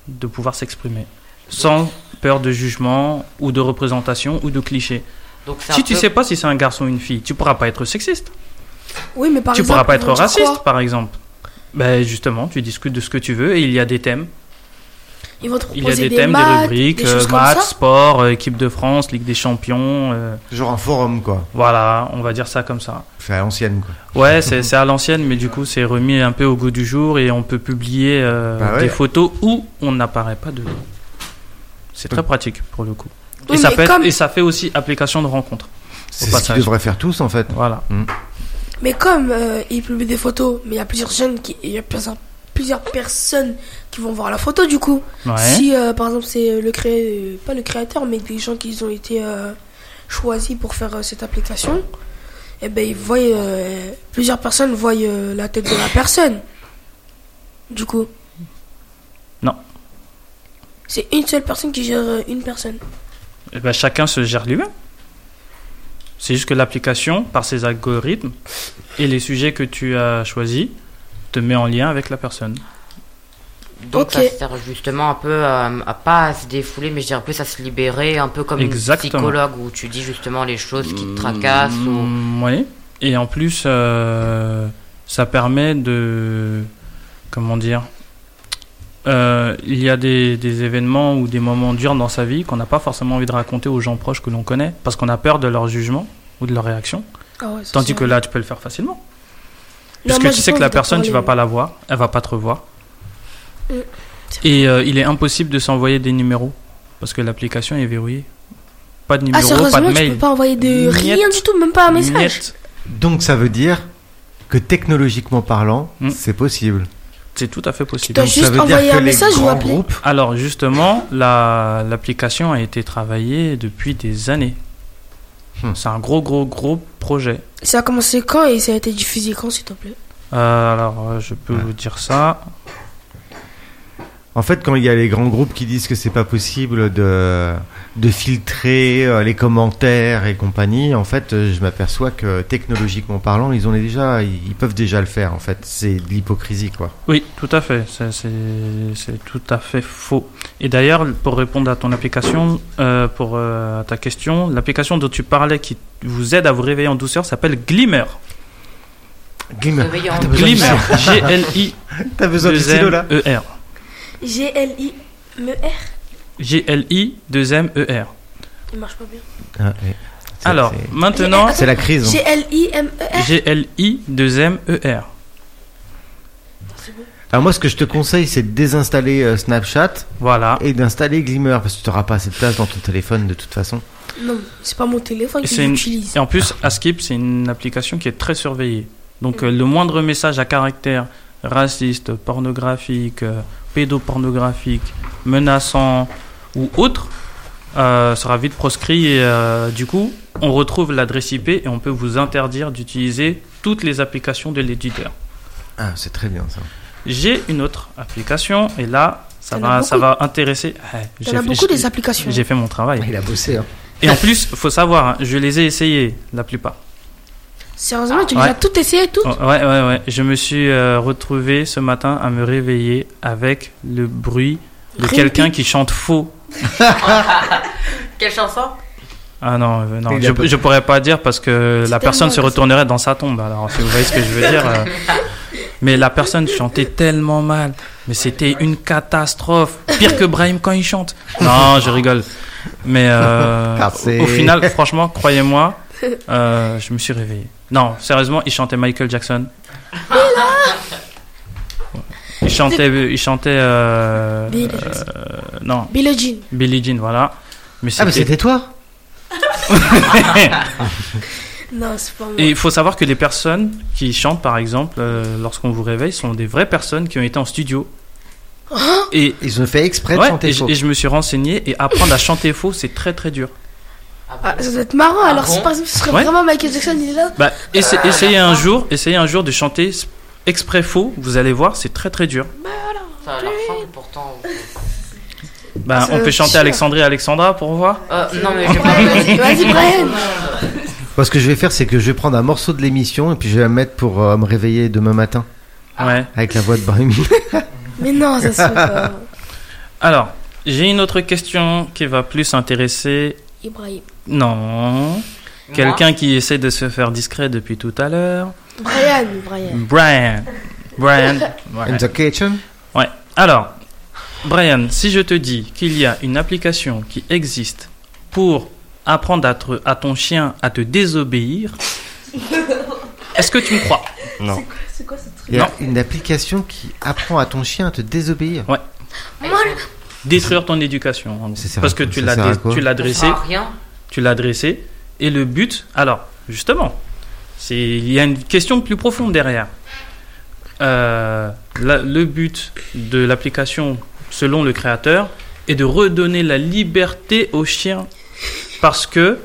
de pouvoir s'exprimer sans peur de jugement ou de représentation ou de clichés. Donc, c'est Si un tu peu- sais pas si c'est un garçon ou une fille, tu pourras pas être sexiste, Oui, mais par tu exemple, pourras pas ils vont être dire raciste, quoi par exemple. Ben justement, tu discutes de ce que tu veux et il y a des thèmes. Ils vont te Il y a proposer des, des, thèmes, maths, des rubriques, des euh, choses comme maths, ça. sport, euh, équipe de France, Ligue des Champions. euh, Genre un forum, quoi. voilà, on va dire ça comme ça. C'est à l'ancienne, quoi. Ouais, c'est c'est à l'ancienne, mais du coup, c'est remis un peu au goût du jour et on peut publier euh, Bah ouais. des photos où on n'apparaît pas dedans. C'est très pratique pour le coup. Oui, et, ça mais peut être- comme- et ça fait aussi application de rencontre. Au C'est ce qu'ils passage. devraient faire tous, en fait. Hmm. Voilà. Mais comme euh, ils publient des photos, mais il y a plusieurs jeunes qui, il y a plusieurs, plusieurs personnes qui vont voir la photo du coup. Ouais. Si euh, par exemple c'est le cré... euh, pas le créateur mais des gens qui ont été euh, choisis pour faire euh, cette application, eh ben ils voient euh, plusieurs personnes voient euh, la tête de la personne. Du coup. Non. C'est une seule personne qui gère euh, une personne. Eh ben, chacun se gère lui-même. C'est juste que l'application, par ses algorithmes et les sujets que tu as choisis, te met en lien avec la personne. Donc Ok. ça sert justement un peu euh, à pas à se défouler, mais je dirais plus à se libérer, un peu comme Exactement. une psychologue où tu dis justement les choses qui te tracassent. ou- Mm, Oui. Et en plus, euh, ça permet de. Comment dire Euh, Il y a des, des événements ou des moments durs dans sa vie qu'on n'a pas forcément envie de raconter aux gens proches que l'on connaît parce qu'on a peur de leur jugement ou de leur réaction. Ah Tandis que là, tu peux le faire facilement. Parce que tu sais que la personne, tu vas pas la voir, elle va pas te revoir. Mm. Et euh, il est impossible de s'envoyer des numéros parce que l'application est verrouillée. Pas de Ah, numéro, sérieusement, pas de tu mail. peux pas envoyer de Niet. rien du tout, même pas un message. Niet. Donc, ça veut dire que technologiquement parlant, Mm. c'est possible. C'est tout à fait possible. T'as Donc, juste ça veut dire envoyé que un les message ou grands appelé groupes Alors justement, la- l'application a été travaillée depuis des années. Hmm. C'est un gros, gros, gros projet. Ça a commencé quand et ça a été diffusé quand, s'il te plaît Euh, alors, euh, je peux Ouais. vous dire ça. En fait, quand il y a les grands groupes qui disent que c'est pas possible de, de filtrer euh, les commentaires et compagnie, en fait, euh, je m'aperçois que technologiquement parlant, ils ont les déjà, ils peuvent déjà le faire. En fait, c'est de l'hypocrisie, quoi. Oui, tout à fait. Ça, C'est c'est tout à fait faux. Et d'ailleurs, pour répondre à ton application, euh, pour euh, à ta question, l'application dont tu parlais qui vous aide à vous réveiller en douceur s'appelle Glimmer. Glimmer, Réveiller en- Glimmer. G-L-I-M-E-R. t'as besoin du E stylo là G-L-I. Me E R G-L-I-2-M-E-R. Il marche pas bien. Ah, oui. C'est- E Alors, c'est- maintenant, c'est la crise. hein. G-L-I-M-E-R G-L-I-2-M-E-R. Alors moi, ce que je te conseille, c'est de désinstaller euh, Snapchat Voilà. et d'installer Glimmer parce que tu n'auras pas assez de place dans ton téléphone de toute façon. Non, c'est pas mon téléphone Et que c'est une- j'utilise. Et en plus, Askip, c'est une application qui est très surveillée. Donc, euh, le moindre message à caractère raciste, pornographique, euh, pédopornographique, menaçant ou autre euh, sera vite proscrit. Et, euh, du coup, on retrouve l'adresse IP et on peut vous interdire d'utiliser toutes les applications de l'éditeur. Ah, c'est très bien ça. J'ai une autre application et là, ça, T'en as va, ça beaucoup. va intéresser. Ouais, Il y en a j'ai- beaucoup j'ai- des applications. J'ai fait mon travail. Il a bossé. Hein. Et en plus, faut savoir, hein, je les ai essayées, la plupart. Sérieusement, tu Ouais. les as toutes essayées, toutes Oh, ouais, ouais, ouais. Je me suis euh, retrouvé ce matin à me réveiller avec le bruit de Ruby. quelqu'un qui chante faux. Quelle chanson Ah non, euh, non Il a je, pas- je pourrais pas dire parce que C'est la personne se tellement retournerait dans sa tombe. Alors, si vous voyez ce que je veux dire. euh, Mais la personne chantait tellement mal. Mais c'était une catastrophe. Pire que Brahim quand il chante. Non, je rigole. Mais euh, Ah, c'est- au final, franchement, croyez-moi, euh, je me suis réveillé. Non, sérieusement, il chantait Michael Jackson. Ouais. Il chantait, il chantait euh, Billie euh, Jean. non, Billie Jean. Billie Jean, voilà. Mais Ah, bah c'était- c'était toi Non, c'est pas moi. Et il faut savoir que les personnes qui chantent, par exemple, euh, lorsqu'on vous réveille, sont des vraies personnes qui ont été en studio. Oh. Hein? Et, Ils ont fait exprès de ouais, chanter et, je, faux. et je me suis renseigné et apprendre à chanter faux, c'est très très dur. Ah, ça doit être marrant. Alors, bon si par exemple, ce serait Ouais. vraiment Michael Jackson, il est là. Euh, Bah, essa- essayez un jour, essayez un jour de chanter s- exprès faux. Vous allez voir, c'est très très dur. Ça leur ressemble pourtant. Bah, C'est on peut chanter sûr. Alexandrie et Alexandra pour voir. Ah, Euh, non, mais je vais Ouais, pas. Euh, vas-y, vas-y, Brian. Moi, ce que je vais faire, c'est que je vais prendre un morceau de l'émission et puis je vais la mettre pour euh, me réveiller demain matin Ouais. avec la voix de Brahimi. Mais non, ça se fait pas. Alors, j'ai une autre question qui va plus intéresser. Ibrahim. Non. Quelqu'un qui essaie de se faire discret depuis tout à l'heure. Brian, Brian. Brian. Brian. Voilà. In the kitchen Ouais. Alors, Brian, si je te dis qu'il y a une application qui existe pour apprendre à, te- à ton chien à te désobéir, est-ce que tu me crois Non. Il y a Non. une application qui apprend à ton chien à te désobéir. Détruire ton éducation, en gros. Ça sert à parce que quoi tu Ça l'as sert à dé- quoi tu l'as Moi, dressé, rien. tu l'as dressé, et le but, alors justement, c'est il y a une question plus profonde derrière. Euh, la- le but de l'application, selon le créateur, est de redonner la liberté au chien parce que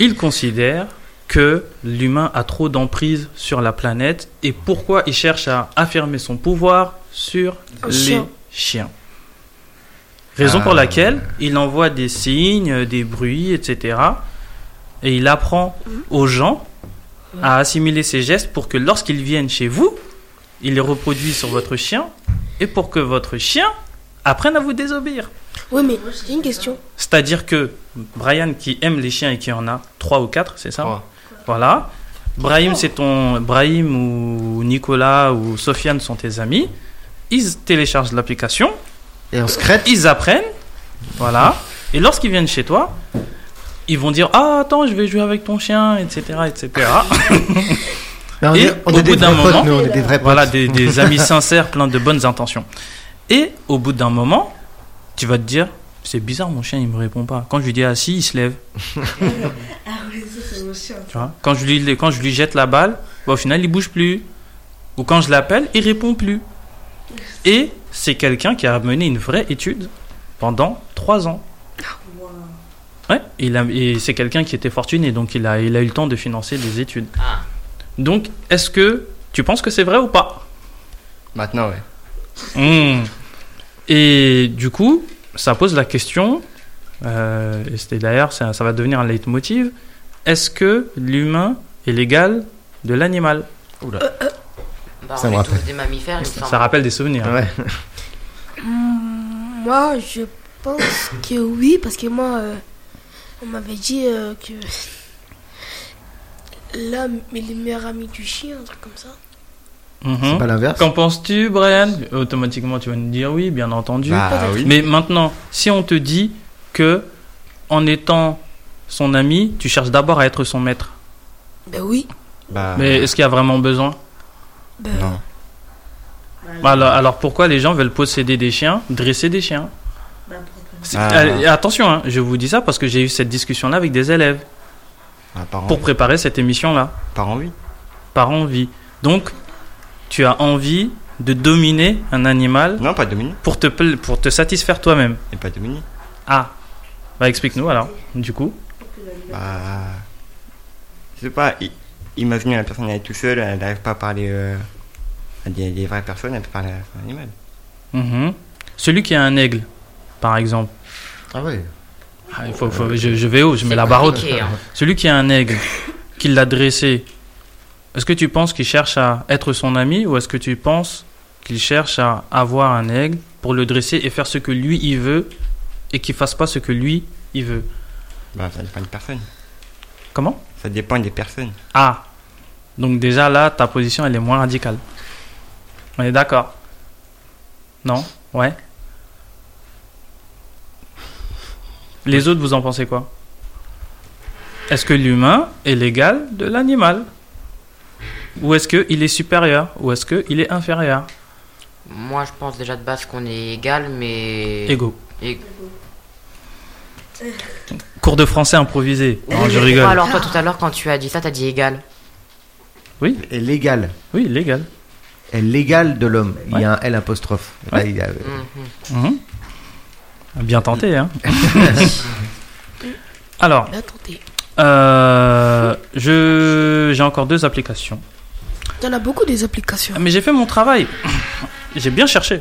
il considère que l'humain a trop d'emprise sur la planète et pourquoi il cherche à affirmer son pouvoir sur Un les chien. chiens. Raison Ah. pour laquelle il envoie des signes, des bruits, etc. Et il apprend aux gens à assimiler ces gestes pour que lorsqu'ils viennent chez vous, ils les reproduisent sur votre chien et pour que votre chien apprenne à vous désobéir. Oui, mais j'ai une question. C'est-à-dire que Brian qui aime les chiens et qui en a trois ou quatre, c'est ça Trois. Voilà. Brahim, c'est ton Brahim ou Nicolas ou Sofiane sont tes amis. Ils téléchargent l'application, Et on se crête ils apprennent, voilà. Et lorsqu'ils viennent chez toi, ils vont dire ah attends je vais jouer avec ton chien, etc. etc. Mais on Et est, on au est des bout d'un vrais potes, moment- nous, on est des vrais potes. Voilà, des, des amis sincères, pleins de bonnes intentions. Et au bout d'un moment, tu vas te dire, c'est bizarre, mon chien, il me répond pas. Quand je lui dis assis, il se lève. Ah oui, ça c'est mon chien. Tu vois quand, je lui, quand je lui jette la balle, bah, au final, il bouge plus. Ou quand je l'appelle, il répond plus. Et c'est quelqu'un qui a mené une vraie étude pendant trois ans. Wow. Ouais, il a- et c'est quelqu'un qui était fortuné, donc il a, il a eu le temps de financer des études. Ah. Donc, est-ce que tu penses que c'est vrai ou pas Maintenant, ouais. Hmm. Et du coup, ça pose la question, euh, et c'était d'ailleurs, ça, ça va devenir un leitmotiv, est-ce que l'humain est l'égal de l'animal Euh, Bah, Ça on me est rappelle. tous des mammifères, il me semble. Ça rappelle des souvenirs. Ouais. Hmm, Moi, je pense que oui, parce que moi, euh, on m'avait dit euh, que l'homme est le meilleur ami du chien, un truc comme ça. Mhm. C'est pas l'inverse Qu'en penses-tu, Brian Automatiquement, tu vas nous dire oui, bien entendu. Bah oui. Mais maintenant, si on te dit que en étant son ami, tu cherches d'abord à être son maître, Ben oui. Ah. Bah, mais est-ce qu'il y a vraiment besoin Ben, Non. Bah, alors, alors pourquoi les gens veulent posséder des chiens, dresser des chiens Bah, propre. C'est- Ah. euh, Attention, hein, je vous dis ça parce que j'ai eu cette discussion-là avec des élèves Ah, par, pour envie. préparer cette émission-là, par envie. par envie. Donc, tu as envie de dominer un animal Non, pas Dominique. pour te, pla- pour te satisfaire toi-même. Et pas Dominique. Ah, bah explique-nous alors, du coup. Bah. Je sais pas, i- imaginez la personne elle est tout seule, elle n'arrive pas à parler euh, à des, des vraies personnes, elle peut parler à un animal. Mhm. Celui qui a un aigle, par exemple. Ah ouais. Ah, il faut- faut- je, je vais haut, je mets C'est la barre haute. compliqué, hein. Celui qui a un aigle, qui l'a dressé, est-ce que tu penses qu'il cherche à être son ami ou est-ce que tu penses qu'il cherche à avoir un aigle pour le dresser et faire ce que lui il veut et qu'il fasse pas ce que lui il veut Bah, ça dépend des personnes. Comment Ça dépend des personnes. Ah Donc déjà là, ta position elle est moins radicale. On est d'accord Non Ouais Les autres, vous en pensez quoi Est-ce que l'humain est l'égal de l'animal Ou est-ce qu'il est supérieur Ou est-ce qu'il est inférieur Moi, je pense déjà de base qu'on est égal, mais. Égaux. Et- Cours de français improvisé. Non, je rigole. Alors, toi, tout à l'heure, quand tu as dit ça, t'as dit égal. Et l'égal. Oui, l'égal. Et l'égal de l'homme. Il y a un L apostrophe. Là, il y a- euh, Mhm. Mhm. Bien tenté, hein Alors, Bien tenté. euh, je j'ai encore deux applications. T'en as beaucoup des applications. Ah, Mais j'ai fait mon travail. J'ai bien cherché.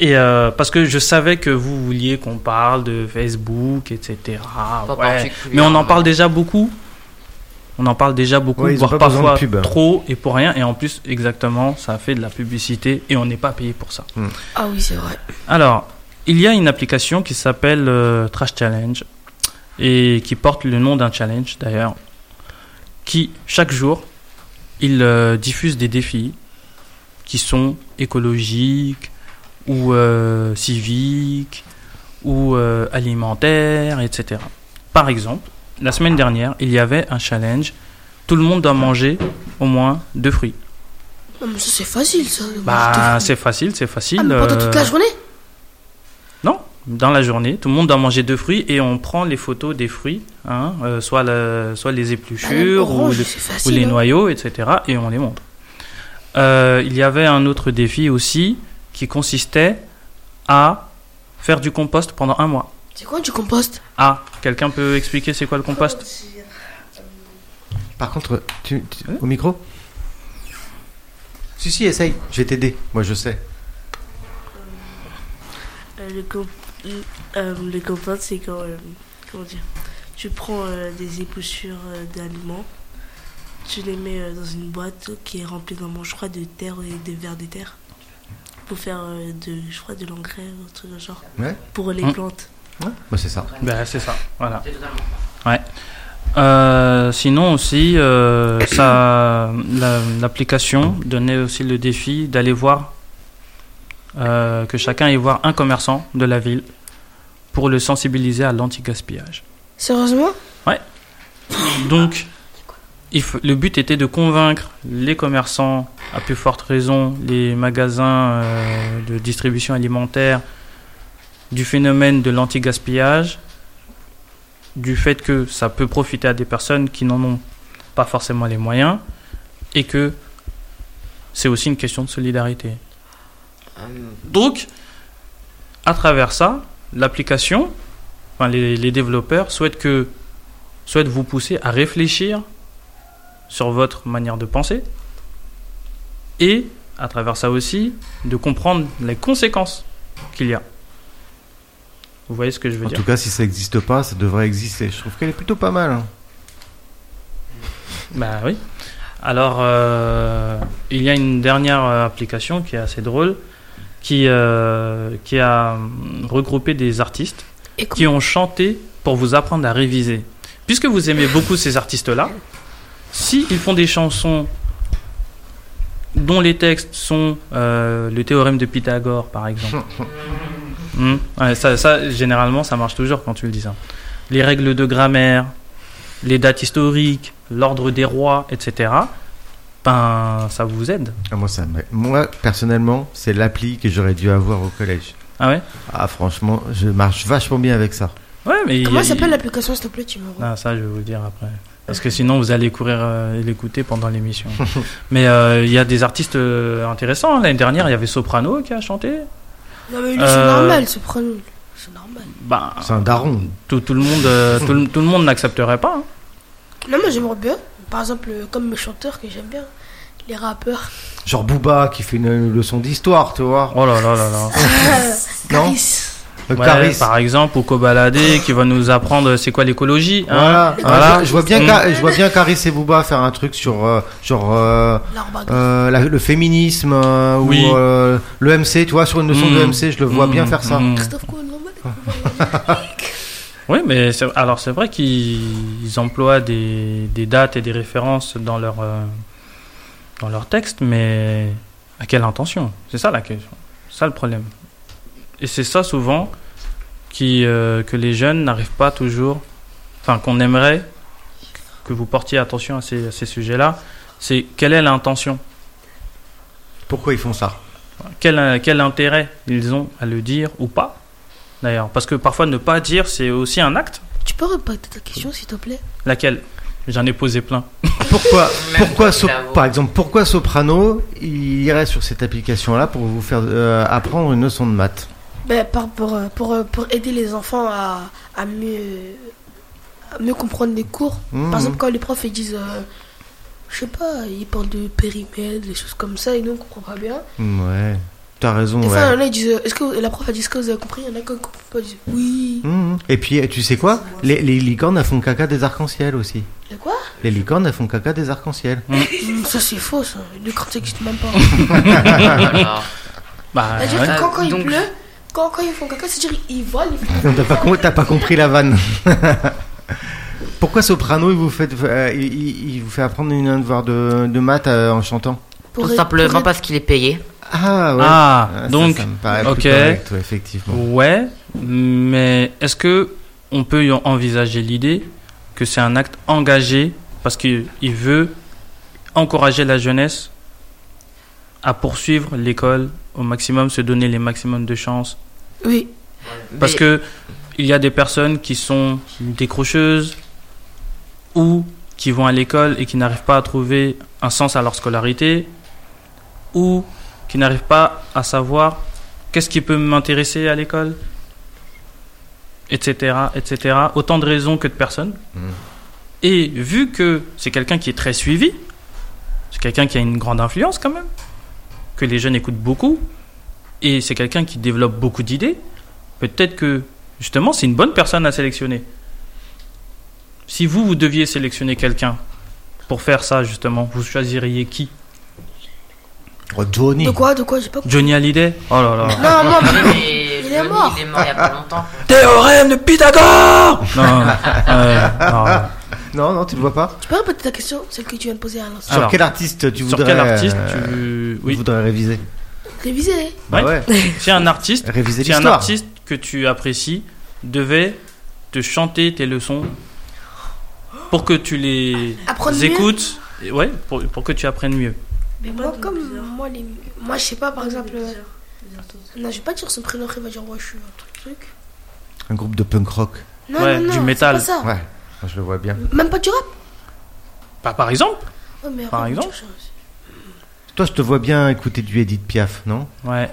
Et euh, parce que je savais que vous vouliez qu'on parle de Facebook, etc. Ouais. particulièrement. Mais on en parle déjà beaucoup. On en parle déjà beaucoup, Ouais, ils ont voire pas besoin de parfois pub. trop et pour rien. Et en plus, exactement, ça fait de la publicité et on n'est pas payé pour ça. Ah oui, c'est vrai. Alors, il y a une application qui s'appelle euh, Trash Challenge et qui porte le nom d'un challenge d'ailleurs, qui chaque jour, il euh, diffuse des défis qui sont écologiques ou euh, civiques ou euh, alimentaires, etc. Par exemple, la semaine dernière, il y avait un challenge. Tout le monde doit manger au moins deux fruits. Non, mais ça, c'est facile, ça. de manger Bah, des fruits. c'est facile, c'est facile. Ah, mais pendant toute la euh, journée non, dans la journée, tout le monde doit manger deux fruits et on prend les photos des fruits, hein, euh, soit, le- soit les Banane épluchures ou, orange, le- c'est ou facile, les hein. noyaux, etc. Et on les montre. Euh, il y avait un autre défi aussi qui consistait à faire du compost pendant un mois. C'est quoi du compost Ah, quelqu'un peut expliquer c'est quoi le compost Par contre, tu, tu- au micro Si, si, essaye. Je vais t'aider. Moi, je sais. Euh, le, comp le- euh, le compost, c'est quand. euh, comment dire Tu prends euh, des épluchures euh, d'aliments, tu les mets euh, dans une boîte qui est remplie normalement, je crois, de terre et de vers de terre. Pour faire euh, de, je crois, de l'engrais, un truc de genre. Ouais. Mmh. Pour les Mm. plantes. Bah, c'est ça. Ben, c'est ça, voilà. Ouais. Euh, sinon aussi, euh, ça, la- l'application donnait aussi le défi d'aller voir, euh, que chacun aille voir un commerçant de la ville pour le sensibiliser à l'anti-gaspillage. Sérieusement Donc, il faut- le but était de convaincre les commerçants, à plus forte raison, les magasins euh, de distribution alimentaire, du phénomène de l'anti-gaspillage, du fait que ça peut profiter à des personnes qui n'en ont pas forcément les moyens, et que c'est aussi une question de solidarité. Euh, Donc, à travers ça, l'application, enfin, les, les développeurs souhaitent, que, souhaitent vous pousser à réfléchir sur votre manière de penser et, à travers ça aussi, de comprendre les conséquences qu'il y a. Vous voyez ce que je veux En dire tout cas, si ça n'existe pas, ça devrait exister. Je trouve qu'elle est plutôt pas mal. hein. Bah oui. Alors, euh, il y a une dernière euh, application qui est assez drôle, qui, euh, qui a hum, regroupé des artistes Et comment- qui ont chanté pour vous apprendre à réviser. Puisque vous aimez beaucoup ces artistes-là, si ils font des chansons dont les textes sont euh, le théorème de Pythagore, par exemple. Hmm, ouais, ça, ça, généralement, ça marche toujours quand tu le dis ça. Les règles de grammaire, les dates historiques, l'ordre des rois, etc. Ben, ça vous aide. Ah, moi, ça m'a- moi, personnellement, c'est l'appli que j'aurais dû avoir au collège. Ah ouais Ah, franchement, je marche vachement bien avec ça. Ouais, mais. il y Comment a- s'appelle l'application, s'il te plaît Tu me Ah, ça, je vais vous le dire après. Parce que sinon, vous allez courir euh, et l'écouter pendant l'émission. Mais euh, il y a des artistes euh, intéressants. L'année dernière, il y avait Soprano qui a chanté. Non, mais lui, c'est Euh, normal, ce prénom. C'est normal. Bah, C'est un daron. tout, tout le monde, euh, tout, le- tout le monde n'accepterait pas. hein. Non, moi, j'aimerais bien. Par exemple, euh, comme mes chanteurs que j'aime bien. Les rappeurs. Genre Booba qui fait une leçon d'histoire, tu vois. Oh là là là là. Non Caris. Le Ouais, Caris. par exemple, ou Kobalade qui va nous apprendre c'est quoi l'écologie. hein. Voilà. Voilà. Ah, je, je vois bien Mm. Ca- je vois bien Caris et Booba faire un truc sur euh, genre euh, L'arbac. euh, la- le féminisme euh, Oui. ou euh, le MC, tu vois, sur une leçon Mm. de MC, je le vois Mm, bien faire ça. mm. Christophe Cohen, normal. Oui, mais c'est- alors c'est vrai qu'ils ils emploient des, des dates et des références dans leur, euh, dans leur texte, mais à quelle intention C'est ça la question. C'est ça le problème. Et c'est ça souvent qui, euh, que les jeunes n'arrivent pas toujours, enfin qu'on aimerait que vous portiez attention à ces, à ces sujets-là, c'est quelle est l'intention Pourquoi ils font ça quel, quel intérêt ils ont à le dire ou pas D'ailleurs, parce que parfois ne pas dire, c'est aussi un acte. Tu peux répéter ta question, s'il te plaît Laquelle J'en ai posé plein. Pourquoi, Même pourquoi quand il Sop- avoue. par exemple, pourquoi Soprano il irait sur cette application-là pour vous faire euh, apprendre une leçon de maths Ben, par- pour, euh, pour, euh, pour aider les enfants à, à mieux, à mieux comprendre les cours. Mhm. Par exemple, quand les profs ils disent, euh, je sais pas, ils parlent de périmètre, des choses comme ça, et nous on comprend pas bien. Ouais, t'as raison. Des ouais. fois, il y en a, ils disent, euh, est-ce que la prof a dit ce que vous avez compris Il y en a qui ne comprennent pas, ils disent, oui. Mhm. Et puis, tu sais quoi les, les licornes, elles font caca des arcs-en-ciel aussi. Il y a quoi Les licornes, elles font caca des arcs-en-ciel. Mmh. Hum, Ça c'est faux, ça. Le crainte n'existe même pas. Ah. Alors, Bah, C'est-à-dire ouais. que quand, quand il donc- pleut, quand, quand ils font caca, c'est-à-dire ils volent, ils font T'as pas, com- t'as pas compris la vanne. Pourquoi Soprano, il vous fait, euh, il- il, il vous fait apprendre une devoir de, de maths euh, en chantant tout simplement parce qu'il est payé. Ah ouais. Ah, Ah, ça, donc, ça me paraît plus ok. correct, ouais, effectivement. Ouais, mais est-ce que on peut y envisager l'idée que c'est un acte engagé parce qu'il il veut encourager la jeunesse à poursuivre l'école au maximum, se donner les maximums de chances Oui. Parce Mais- que il y a des personnes qui sont décrocheuses ou qui vont à l'école et qui n'arrivent pas à trouver un sens à leur scolarité ou qui n'arrivent pas à savoir qu'est-ce qui peut m'intéresser à l'école, etc., etc. Autant de raisons que de personnes. Hmm. Et vu que c'est quelqu'un qui est très suivi, c'est quelqu'un qui a une grande influence quand même, que les jeunes écoutent beaucoup, et c'est quelqu'un qui développe beaucoup d'idées, peut-être que justement c'est une bonne personne à sélectionner. Si vous, vous deviez sélectionner quelqu'un pour faire ça justement, vous choisiriez qui Oh, Johnny. De quoi De quoi J'ai pas compris. Johnny Hallyday Oh là là Non, non, mais- Mais Il est mort. Il est mort il y a pas longtemps. Théorème de Pythagore Non, euh, non. Non, non, tu le vois pas. tu peux répéter ta question, celle que tu viens de poser à l'instant. Sur Alors, quel artiste tu Sur voudrais quel artiste euh, tu... tu Oui, voudrais réviser Réviser. Bah ouais. si un artiste Réviser Si un l'histoire. artiste que tu apprécies devait te chanter tes leçons pour que tu les Ah, Apprendre mieux. écoutes, et- ouais, pour, pour que tu apprennes mieux. Mais Moi, moi, de comme plusieurs. moi, les... moi, je sais pas, par exemple. euh, Plusieurs. Plusieurs choses. Non, je vais pas dire son prénom, il va dire, ouais, je suis un truc. truc. Un groupe de punk rock. Non, Ouais, non, non, du c'est métal. pas ça. Ouais, moi, je le vois bien. Même pas du rap. Bah, par exemple Ouais, mais oh, Par rap, exemple je- je- Toi, je te vois bien écouter du Edith Piaf, non Ouais,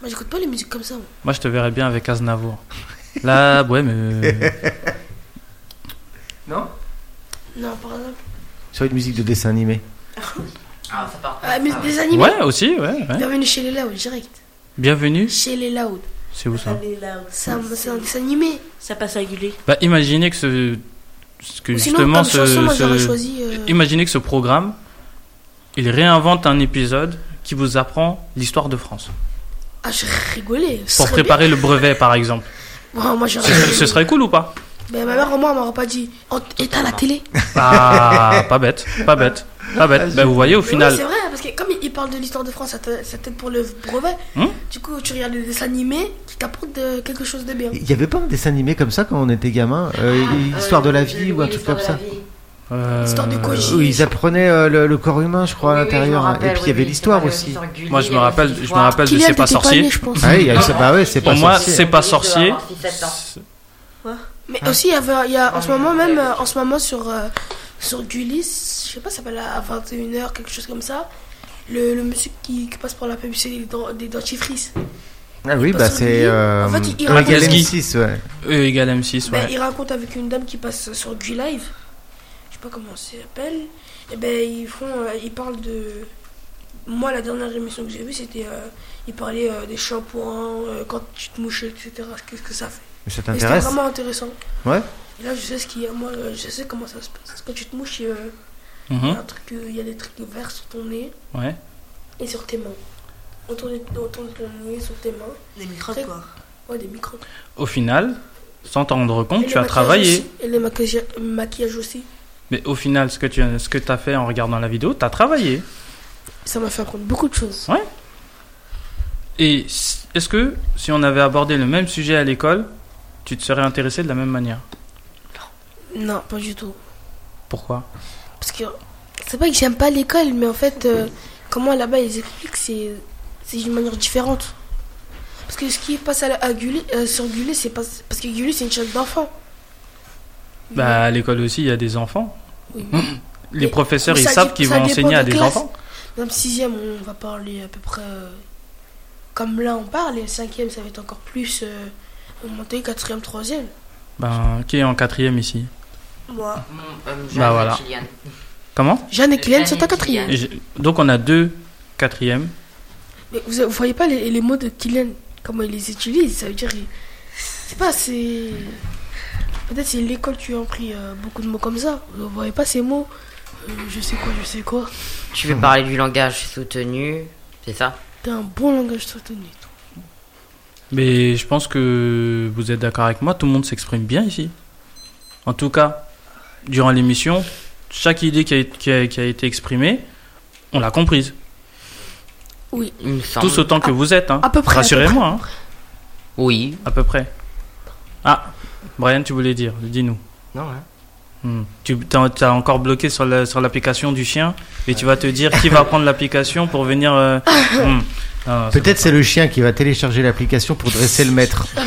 Moi, j'écoute pas les musiques comme ça. moi. moi je te verrais bien avec Aznavour. Là, ouais, mais. euh, Non Non, par exemple. Sur une musique de dessin animé. Ah, ça part. Ah, mais des animés. Ouais, aussi, ouais. ouais. Bienvenue chez les Loud, direct. Bienvenue, Chez les Loud. c'est où ça Allez, là, C'est un c'est un dessin animé. Ça passe à Gulli. Bah, imaginez que ce. ce- Que Ou sinon, justement comme ce. chanson, moi, ce- j'aurais choisi. euh, Imaginez que ce programme, il réinvente un épisode qui vous apprend l'histoire de France. Ah, je rigolais. Pour préparer le brevet, par exemple. moi, j'aurais. Ce- ce serait cool ou pas Mais ma mère, au moins, elle m'aurait pas dit. Oh, éteins la télé. Ah, pas bête, pas bête, pas bête. Ben, vous voyez, au Mais final, oui, Ah, c'est vrai, parce que comme il- il parle de l'histoire de France, ça t'a- ça t'aide pour le brevet. Hmm du coup, tu regardes des dessins animés qui t'apportent de- quelque chose de bien. Il y avait pas un dessin animé comme ça quand on était gamin euh, Histoire de la vie ou un truc comme ça euh, Histoire de Koji. Où ils apprenaient euh, le, le corps humain, je crois, Oui, à oui, je me l'intérieur. hein. rappelle, Et puis il oui, y avait oui, l'histoire c'est pas aussi. le- l'histoire de Moi, je me Gulli, rappelle, les je me histoires. rappelle de Kylian, C'est pas t'étais pas né, sorcier. je pense. Ouais, il y a- c'est- bah ouais, c'est pas Pour moi, sorcier. c'est pas Gulli, il devait sorcier. avoir 6-7 ans. Ah. Mais aussi, il y, avait, il y a en ce Ouais, moment ouais, même, ouais. euh, en ce moment sur, euh, sur Gulli, je sais pas, ça s'appelle à 21h, quelque chose comme ça. Le, le monsieur qui, qui passe pour la pub, c'est des dent- des dentifrices. Ah oui, Pas bah sur c'est. le Euh, En fait, il- il Magal raconte- M6, ouais. E égale M6, Ben, ouais. il raconte avec une dame qui passe sur du live je sais pas comment ça s'appelle, et ben ils font, euh, ils parlent de. Moi, la dernière émission que j'ai vue, c'était, euh, ils parlaient euh, des shampoings, euh, quand tu te mouches, etc. Qu'est-ce que ça fait Mais ça Et C'était t'intéresse vraiment intéressant. Ouais. Et là, je sais ce qu'il y a, moi, euh, je sais comment ça se passe. Quand tu te mouches, euh, il y Mhm, a un truc, euh, il y a des trucs verts sur ton nez ouais. et sur tes mains. Autour de, autour de ton nez, sur tes mains, Les microbes, Très- quoi. ouais, des micros. Au final, sans t'en rendre Et compte, les Hein, tu as maquillages travaillé. aussi. Et les maquillages, maquillages aussi. Mais au final, ce que tu as, ce que t'as fait en regardant la vidéo, t'as travaillé. Ça m'a fait apprendre beaucoup de choses. Et s- est-ce que si on avait abordé le même sujet à l'école, tu te serais intéressé de la même manière Non, pas du tout. Pourquoi Parce que c'est pas que j'aime pas l'école, mais en fait, euh, comment là-bas ils expliquent, c'est c'est d'une manière différente. Parce que ce qui passe à, la- à Gulli- euh, sur Gulli, c'est pas. Parce que Gulli, c'est une chaîne d'enfants. Bah, à l'école aussi, il y a des enfants. Oui. Hum, Les Mais- professeurs, mais ils ça savent dé- qu'ils ça vont dépend enseigner à des classes. enfants. Dans le sixième, on va parler à peu près euh, comme là on parle, et le cinquième, ça va être encore plus euh, augmenté, quatrième, troisième. Ben, qui est en quatrième ici Moi, Bah, voilà. Comment Jeanne et Kylian Jeanne sont et en quatrième. Et j'ai- Donc, on a deux quatrièmes. Mais vous, vous voyez pas les, les mots de Kylian, comment il les utilise Ça veut dire. il- C'est pas, c'est. Peut-être c'est l'école qui a pris euh, beaucoup de mots comme ça. Vous voyez pas ces mots euh, Je sais quoi, je sais quoi. Tu veux parler du langage soutenu, c'est ça T'as un bon langage soutenu. Mais je pense que vous êtes d'accord avec moi, tout le monde s'exprime bien ici. En tout cas, durant l'émission, chaque idée qui a, qui a- qui a été exprimée, on l'a comprise. Il me semble. Tous autant que vous êtes. hein. Ah, À peu près. à peu Rassurez-moi, hein, Oui. à peu près. Ah, Brian, tu voulais dire, dis-nous. Non, hein. Hmm. Tu as encore bloqué sur la- sur l'application du chien et tu vas te dire qui va prendre l'application pour venir. euh, hmm. Non, c'est Peut-être c'est le chien qui va télécharger l'application pour dresser le maître. près.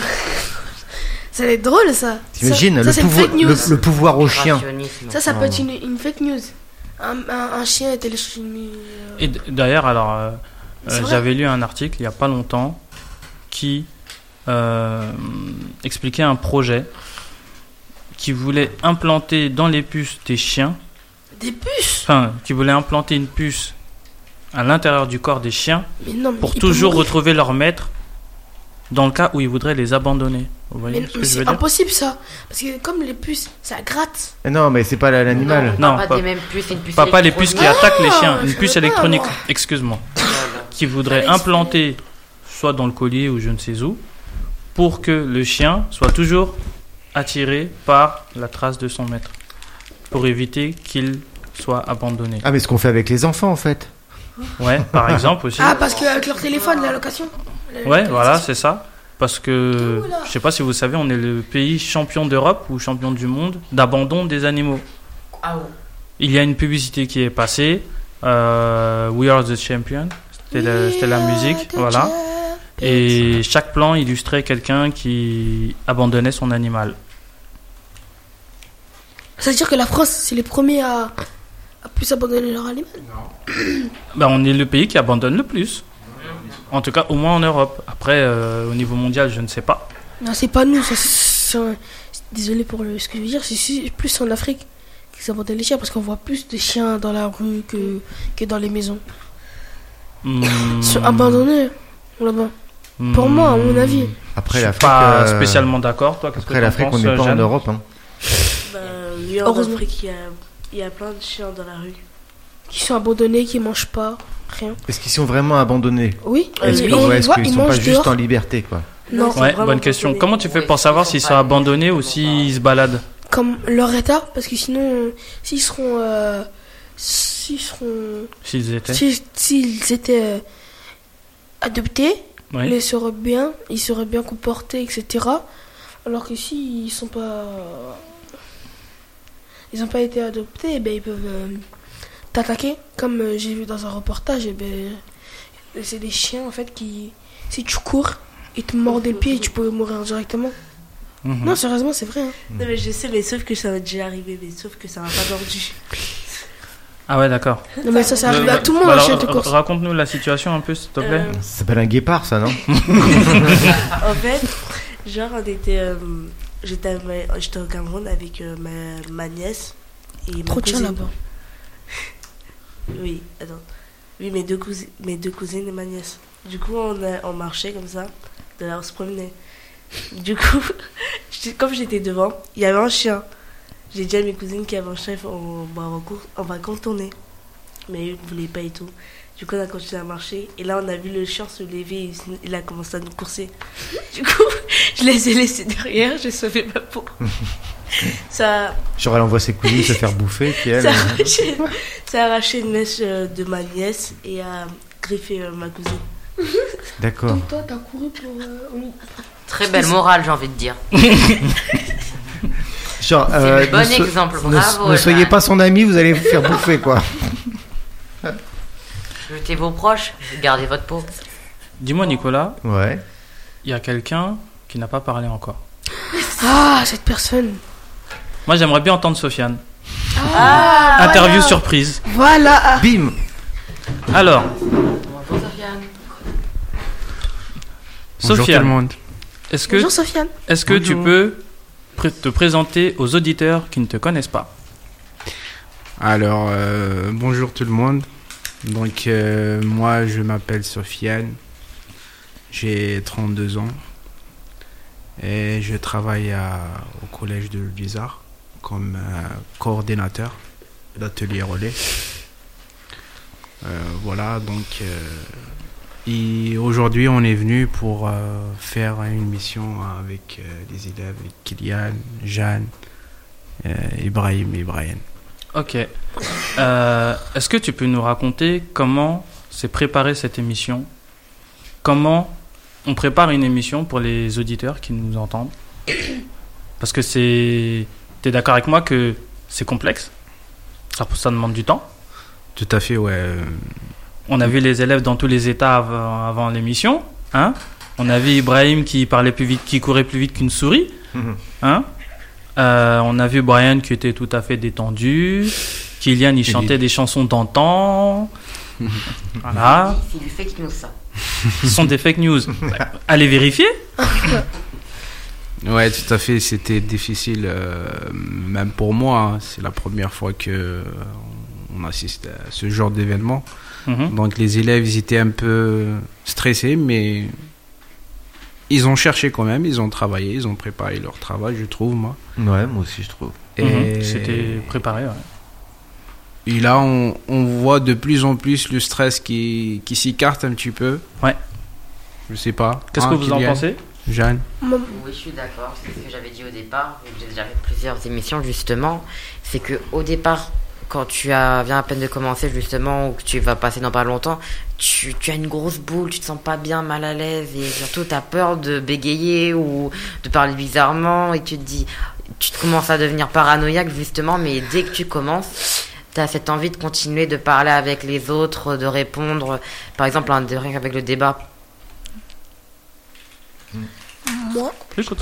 Ça va être drôle ça. T'imagines Ça, le, ça, c'est une pouvo- fake news. le- le pouvoir au chien. Rationnisme. Ça, ça peut Ah. être une, une fake news. Un, un- un chien est téléchargé. euh, Et d- d'ailleurs, alors, euh, C'est euh, vrai. j'avais lu un article il n'y a pas longtemps qui euh, expliquait un projet qui voulait implanter dans les puces des chiens, Des puces enfin, qui voulait implanter une puce à l'intérieur du corps des chiens Mais non, mais pour il peut toujours mourir. retrouver leur maître dans le cas où ils voudraient les abandonner. Vous voyez Mais, ce que mais je veux c'est dire impossible ça. Parce que comme les puces, ça gratte. Eh Non, mais c'est pas la- l'animal. Non, Non, pas pas- des mêmes puces, une puce Pas, pas les puces qui électronique. attaquent les chiens, je une puce savais pas, électronique, moi. excuse-moi. Voilà. qui voudrait Fallait expliquer. implanter soit dans le collier ou je ne sais où pour que le chien soit toujours attiré par la trace de son maître pour éviter qu'il soit abandonné. Ah, mais ce qu'on fait avec les enfants en fait. Ouais, par exemple aussi. Ah, parce qu'avec leur téléphone, la location. la Ouais, localisation. voilà, c'est ça. Parce que Oula. je sais pas si vous savez, on est le pays champion d'Europe ou champion du monde d'abandon des animaux. Ah ouais. Il y a une publicité qui est passée, euh, We Are the Champion. C'était la, c'était la We are musique, the voilà. champions. Et chaque plan illustrait quelqu'un qui abandonnait son animal. Ça veut dire que la France, c'est les premiers à, à plus abandonner leur animal. Bah, on est le pays qui abandonne le plus. En tout cas, au moins en Europe. Après, euh, au niveau mondial, je ne sais pas. Non, c'est pas nous. Ça, c'est- c'est un- Désolé pour le, ce que je veux dire. C'est su- plus en Afrique qu'ils abandonnent les chiens parce qu'on voit plus de chiens dans la rue que, que dans les maisons. Hmm. Ils sont abandonnés là-bas. Hmm. Pour moi, à mon avis. Après je suis l'Afrique. pas euh, spécialement d'accord. Toi, qu'est-ce que Après t'en l'Afrique, on penses, n'est pas en Jeanne Europe. hein. Bah, lui, en Heureusement. Afrique, il y a, il y a plein de chiens dans la rue. Qui sont abandonnés, qui mangent pas, rien. Est-ce qu'ils sont vraiment abandonnés Oui, Euh, Est-ce oui. mais que- on ou les est-ce voit, qu'ils ils sont pas mangent juste en dehors. liberté quoi Non, Ils sont Ouais, vraiment bonne question. abandonnés. Comment tu fais Ouais, pour savoir ils sont s'ils sont pas- abandonnés ou ils sont pas- s'ils se baladent comme leur état, parce que sinon, euh, s'ils seront. euh, s'ils seront. S'ils étaient. si- S'ils étaient euh, adoptés, Oui. ils seraient bien, ils seraient bien comportés, etc. Alors que si ils sont pas, euh, ils ont pas été adoptés, eh ben ils peuvent euh, t'attaquer. Comme euh, j'ai vu dans un reportage, eh ben, c'est des chiens en fait qui, si tu cours, ils te mordent des pieds et tu peux mourir Bah, directement. Mhm. Mmh. Non, sérieusement, c'est vrai. hein. Non, mais je sais, mais sauf que ça m'est déjà arrivé, mais sauf que ça m'a pas mordu. Ah ouais, d'accord. Non mais ça, ça arrive Euh, à tout le monde bah un alors, chien de r- course. Raconte-nous la situation un peu, s'il te plaît. Euh, Ça s'appelle un guépard, ça, non En fait, genre, on était. euh, J'étais à ma- j'étais au Cameroun avec euh, ma, ma nièce. Et ma Trop de chiens cousine. là-bas. Oui, attends. Oui, mes deux, cousines, mes deux cousines et ma nièce. Du coup, on, a- on marchait comme ça, de là, on se promenait. Du coup, j'étais- comme j'étais devant, il y avait un chien. J'ai dit à mes cousines qu'il y avait un chien, il faut- on, bah, on court- on va contourner. Mais eux ne voulaient pas et tout. Du coup, on a continué à marcher. Et là, on a vu le chien se lever et il se- il a commencé à nous courser. Du coup, je les ai laissés derrière, j'ai sauvé ma peau. Ça, Genre, elle envoie ses cousines se faire bouffer, puis elle. ça a, euh, arraché, ça a arraché une mèche euh, de ma nièce et a griffé euh, ma cousine. D'accord. Donc toi, t'as couru pour. euh, on- Très belle morale, j'ai envie de dire. Genre, euh, C'est le bon ne so- exemple, ne, bravo, ne soyez Jeanne. pas son ami, vous allez vous faire bouffer, quoi. Jetez vos proches, gardez votre peau. Dis-moi, Nicolas, Ouais. il y a quelqu'un qui n'a pas parlé encore. Ah, cette personne. Moi, j'aimerais bien entendre Sofiane. Interview surprise. Ah, Voilà. Bim Alors, Bonjour tout le Sofiane, monde. est-ce que, Bonjour Sofiane. est-ce que tu Bonjour. peux pr- te présenter aux auditeurs qui ne te connaissent pas Alors, euh, bonjour tout le monde. Donc, euh, moi, je m'appelle Sofiane. J'ai 32 ans. Et je travaille à- au collège de Lézard comme euh, coordinateur d'atelier relais. Euh, voilà, donc. euh, et aujourd'hui, on est venu pour euh, faire une mission avec euh, les élèves, avec Kylian, Jeanne, euh, Ibrahim et Brian. Ok. Euh, Est-ce que tu peux nous raconter comment s'est préparée cette émission Comment on prépare une émission pour les auditeurs qui nous entendent Parce que c'est. T'es d'accord avec moi que c'est complexe ça, ça demande du temps. Tout à fait, ouais. euh, On a vu les élèves dans tous les états avant, avant l'émission. Hein on a vu Ibrahim qui parlait plus vite, qui courait plus vite qu'une souris. Mhm. Hein Euh, on a vu Brian qui était tout à fait détendu. Kylian, il chantait des chansons d'antan. voilà. C'est du fake news, ça. Ce sont des fake news. Bah, Allez vérifier. Ouais, tout à fait, c'était difficile, euh, même pour moi. hein, C'est la première fois que euh, on assiste à ce genre d'événement. Mhm. Donc les élèves, ils étaient un peu stressés, mais ils ont cherché quand même, ils ont travaillé, ils ont préparé leur travail, je trouve, moi. Ouais, moi aussi, je trouve. Mhm. C'était préparé. ouais. Et là, on, on voit de plus en plus le stress qui, qui s'écarte un petit peu. Ouais. Je sais pas. Qu'est-ce Hein, que vous en Kylian, pensez Jeanne Oui, je suis d'accord. C'est ce que j'avais dit au départ, vu que j'ai déjà fait plusieurs émissions justement. C'est que au départ, quand tu as, viens à peine de commencer justement, ou que tu vas passer dans pas longtemps, tu, tu as une grosse boule, tu te sens pas bien, mal à l'aise, et surtout tu as peur de bégayer ou de parler bizarrement, et tu te dis, tu te commences à devenir paranoïaque justement, mais dès que tu commences. T'as cette envie de continuer de parler avec les autres, de répondre. Par exemple, un- de- rien qu'avec le débat, Moi. Écoute.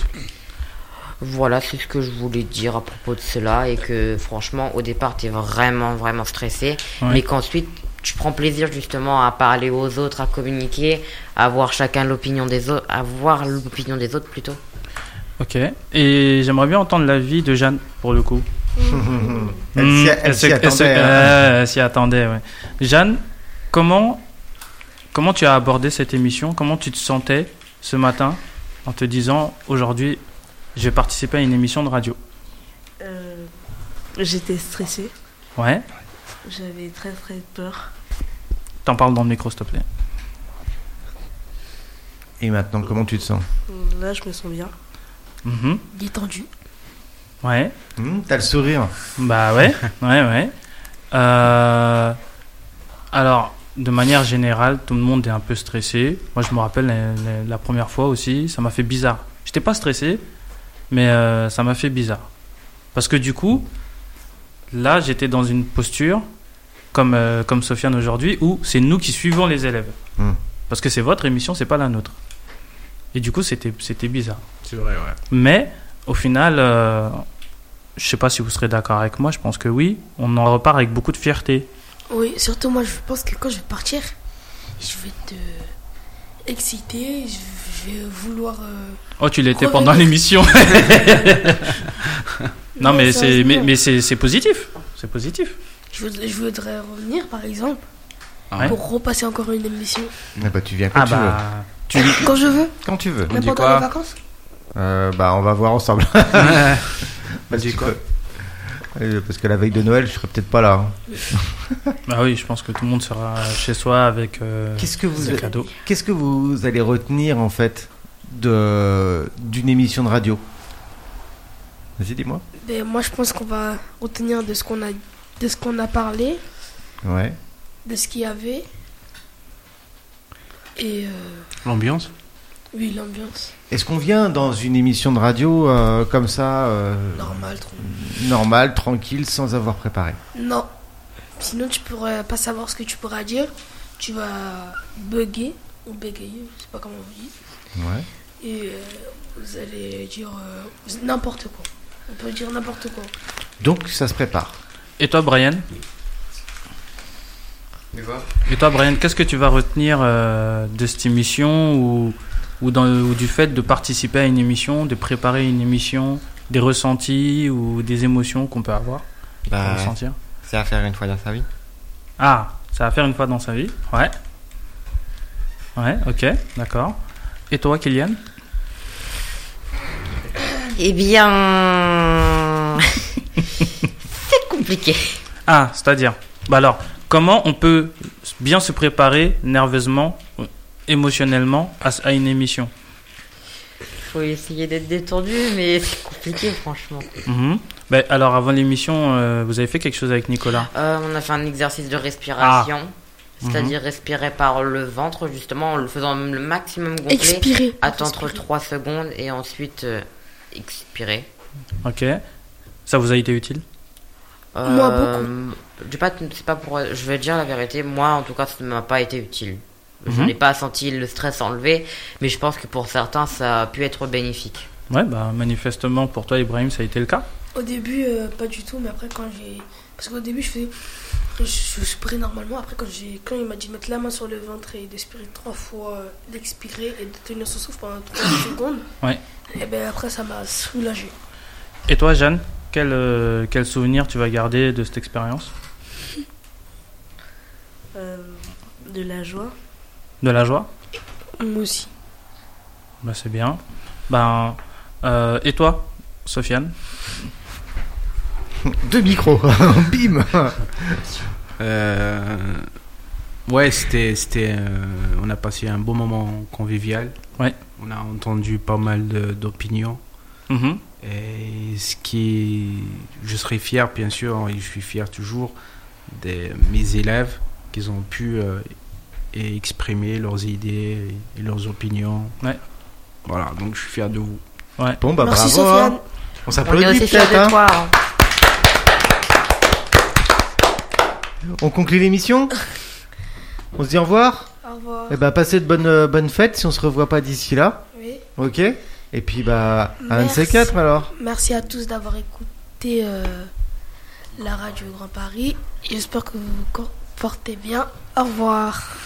Voilà, c'est ce que je voulais dire à propos de cela et que franchement, au départ, t'es vraiment, vraiment stressé, Ouais. mais qu'ensuite, tu prends plaisir justement à parler aux autres, à communiquer, à voir chacun l'opinion des autres, à voir l'opinion des autres plutôt. Ok. Et j'aimerais bien entendre l'avis de Jeanne pour le coup. Elle Hmm, s'y- elle elle s'y se- elle se- attendait, hein. euh, elle s'y attendait, ouais. Jeanne, comment, comment tu as abordé cette émission Comment tu te sentais ce matin en te disant aujourd'hui, je vais participer à une émission de radio Euh, J'étais stressée, Ouais, j'avais très très peur. t'en parles dans le micro, s'il te plaît. Et maintenant, comment tu te sens Là, je me sens bien. Mhm. Détendu. Ouais, Hmm, T'as le sourire. bah ouais, ouais, ouais. Euh, alors, de manière générale, tout le monde est un peu stressé. Moi, je me rappelle la, la- la première fois aussi, ça m'a fait bizarre. J'étais pas stressé, mais euh, ça m'a fait bizarre. Parce que du coup, là, j'étais dans une posture, comme, euh, comme Sofiane aujourd'hui, où c'est nous qui suivons les élèves. Hmm. Parce que c'est votre émission, c'est pas la nôtre. Et du coup, c'était c'était bizarre. C'est vrai, ouais. Mais au final, euh, je sais pas si vous serez d'accord avec moi, je pense que oui, on en repart avec beaucoup de fierté. Oui, surtout moi, je pense que quand je vais partir, je vais te exciter, je je vais vouloir. euh, Oh, tu l'étais Revenir. pendant l'émission. non, mais c'est mais, sérieusement. mais c'est c'est positif. C'est positif. Je voudrais, je voudrais revenir, par exemple, Ah Ouais. pour repasser encore une émission. Ah bah, tu viens quand Ah tu bah, Ah, Quand je veux, veux. Quand tu veux. On même dit pendant quoi les vacances. Euh, bah, on va voir ensemble. Parce Dis que- quoi Euh, Parce que la veille de Noël, je serai peut-être pas là. hein. bah oui, je pense que tout le monde sera chez soi avec euh, Qu'est-ce que vous des cadeaux. Qu'est-ce que vous allez retenir en fait de d'une émission de radio Vas-y, dis-moi. Ben, moi, je pense qu'on va retenir de ce qu'on a, de ce qu'on a parlé, Ouais. de ce qu'il y avait. Et euh, L'ambiance Oui, l'ambiance. Est-ce qu'on vient dans une émission de radio euh, comme ça euh, Normal, trop. normale, tranquille, sans avoir préparé Non. Sinon, tu pourrais pas savoir ce que tu pourras dire. Tu vas bugger ou bégayer, je sais pas comment on dit. Ouais. Et euh, vous allez dire euh, n'importe quoi. On peut dire n'importe quoi. Donc ça se prépare. Et toi, Brian Et toi, Brian, qu'est-ce que tu vas retenir euh, de cette émission ou, ou, dans, ou du fait de participer à une émission, de préparer une émission, des ressentis ou des émotions qu'on peut avoir qu'on peut Bah, ressentir c'est à faire une fois dans sa vie. Ah, ça va faire une fois dans sa vie Ouais. Ouais, ok, d'accord. Et toi, Kylian Eh bien. c'est compliqué. Ah, c'est-à-dire Bah alors, comment on peut bien se préparer nerveusement, euh, émotionnellement à, à une émission Faut essayer d'être détendu, mais c'est compliqué, franchement. Mhm. Bah, Alors, avant l'émission, euh, vous avez fait quelque chose avec Nicolas Euh, on a fait un exercice de respiration. C'est-à-dire respirer par le ventre, justement, en le faisant le maximum gonfler. Expirer. Attendre Respirer. 3 secondes et ensuite euh, expirer. Ok. Ça vous a été utile Moi, Je vais Euh, pas, te- c'est pas pour, je vais dire la vérité. Moi, en tout cas, ça ne m'a pas été utile. Je Mhm. n'ai pas senti le stress enlevé, mais je pense que pour certains, ça a pu être bénéfique. Ouais, bah manifestement pour toi, Ibrahim, ça a été le cas. Au début, euh, pas du tout, mais après, quand j'ai. Parce qu'au début, je faisais. Je, je respirais normalement. Après, quand, j'ai... quand il m'a dit de mettre la main sur le ventre et d'expirer trois fois, euh, d'expirer et de tenir son souffle pendant trois secondes, Ouais. et ben après, ça m'a soulagé. Et toi, Jeanne, quel, euh, quel souvenir tu vas garder de cette expérience Euh, de la joie. De la joie Moi aussi. Bah, c'est bien. Ben, euh, et toi, Sofiane Deux micros, bim Euh, ouais, c'était, c'était, euh, on a passé un bon moment convivial. Ouais. On a entendu pas mal de- d'opinions. Mhm. Et ce qui, je serais fier, bien sûr, hein, et je suis fier toujours de mes élèves qu'ils ont pu euh, et exprimer leurs idées et leurs opinions. Ouais. Voilà, donc je suis fier de vous. Ouais. Bon bah Merci, bravo hein. Sofiane. On On est s'applaudit aussi fiers peut-être de hein. toi. hein. On conclut l'émission On se dit au revoir Au revoir. Eh bah passez de bonnes euh, bonnes fêtes si on se revoit pas d'ici là. Oui. Ok Et puis bah à un de ces Merci. quatre alors. Merci à tous d'avoir écouté euh, la radio Grand Paris. J'espère que vous vous comportez bien. Au revoir.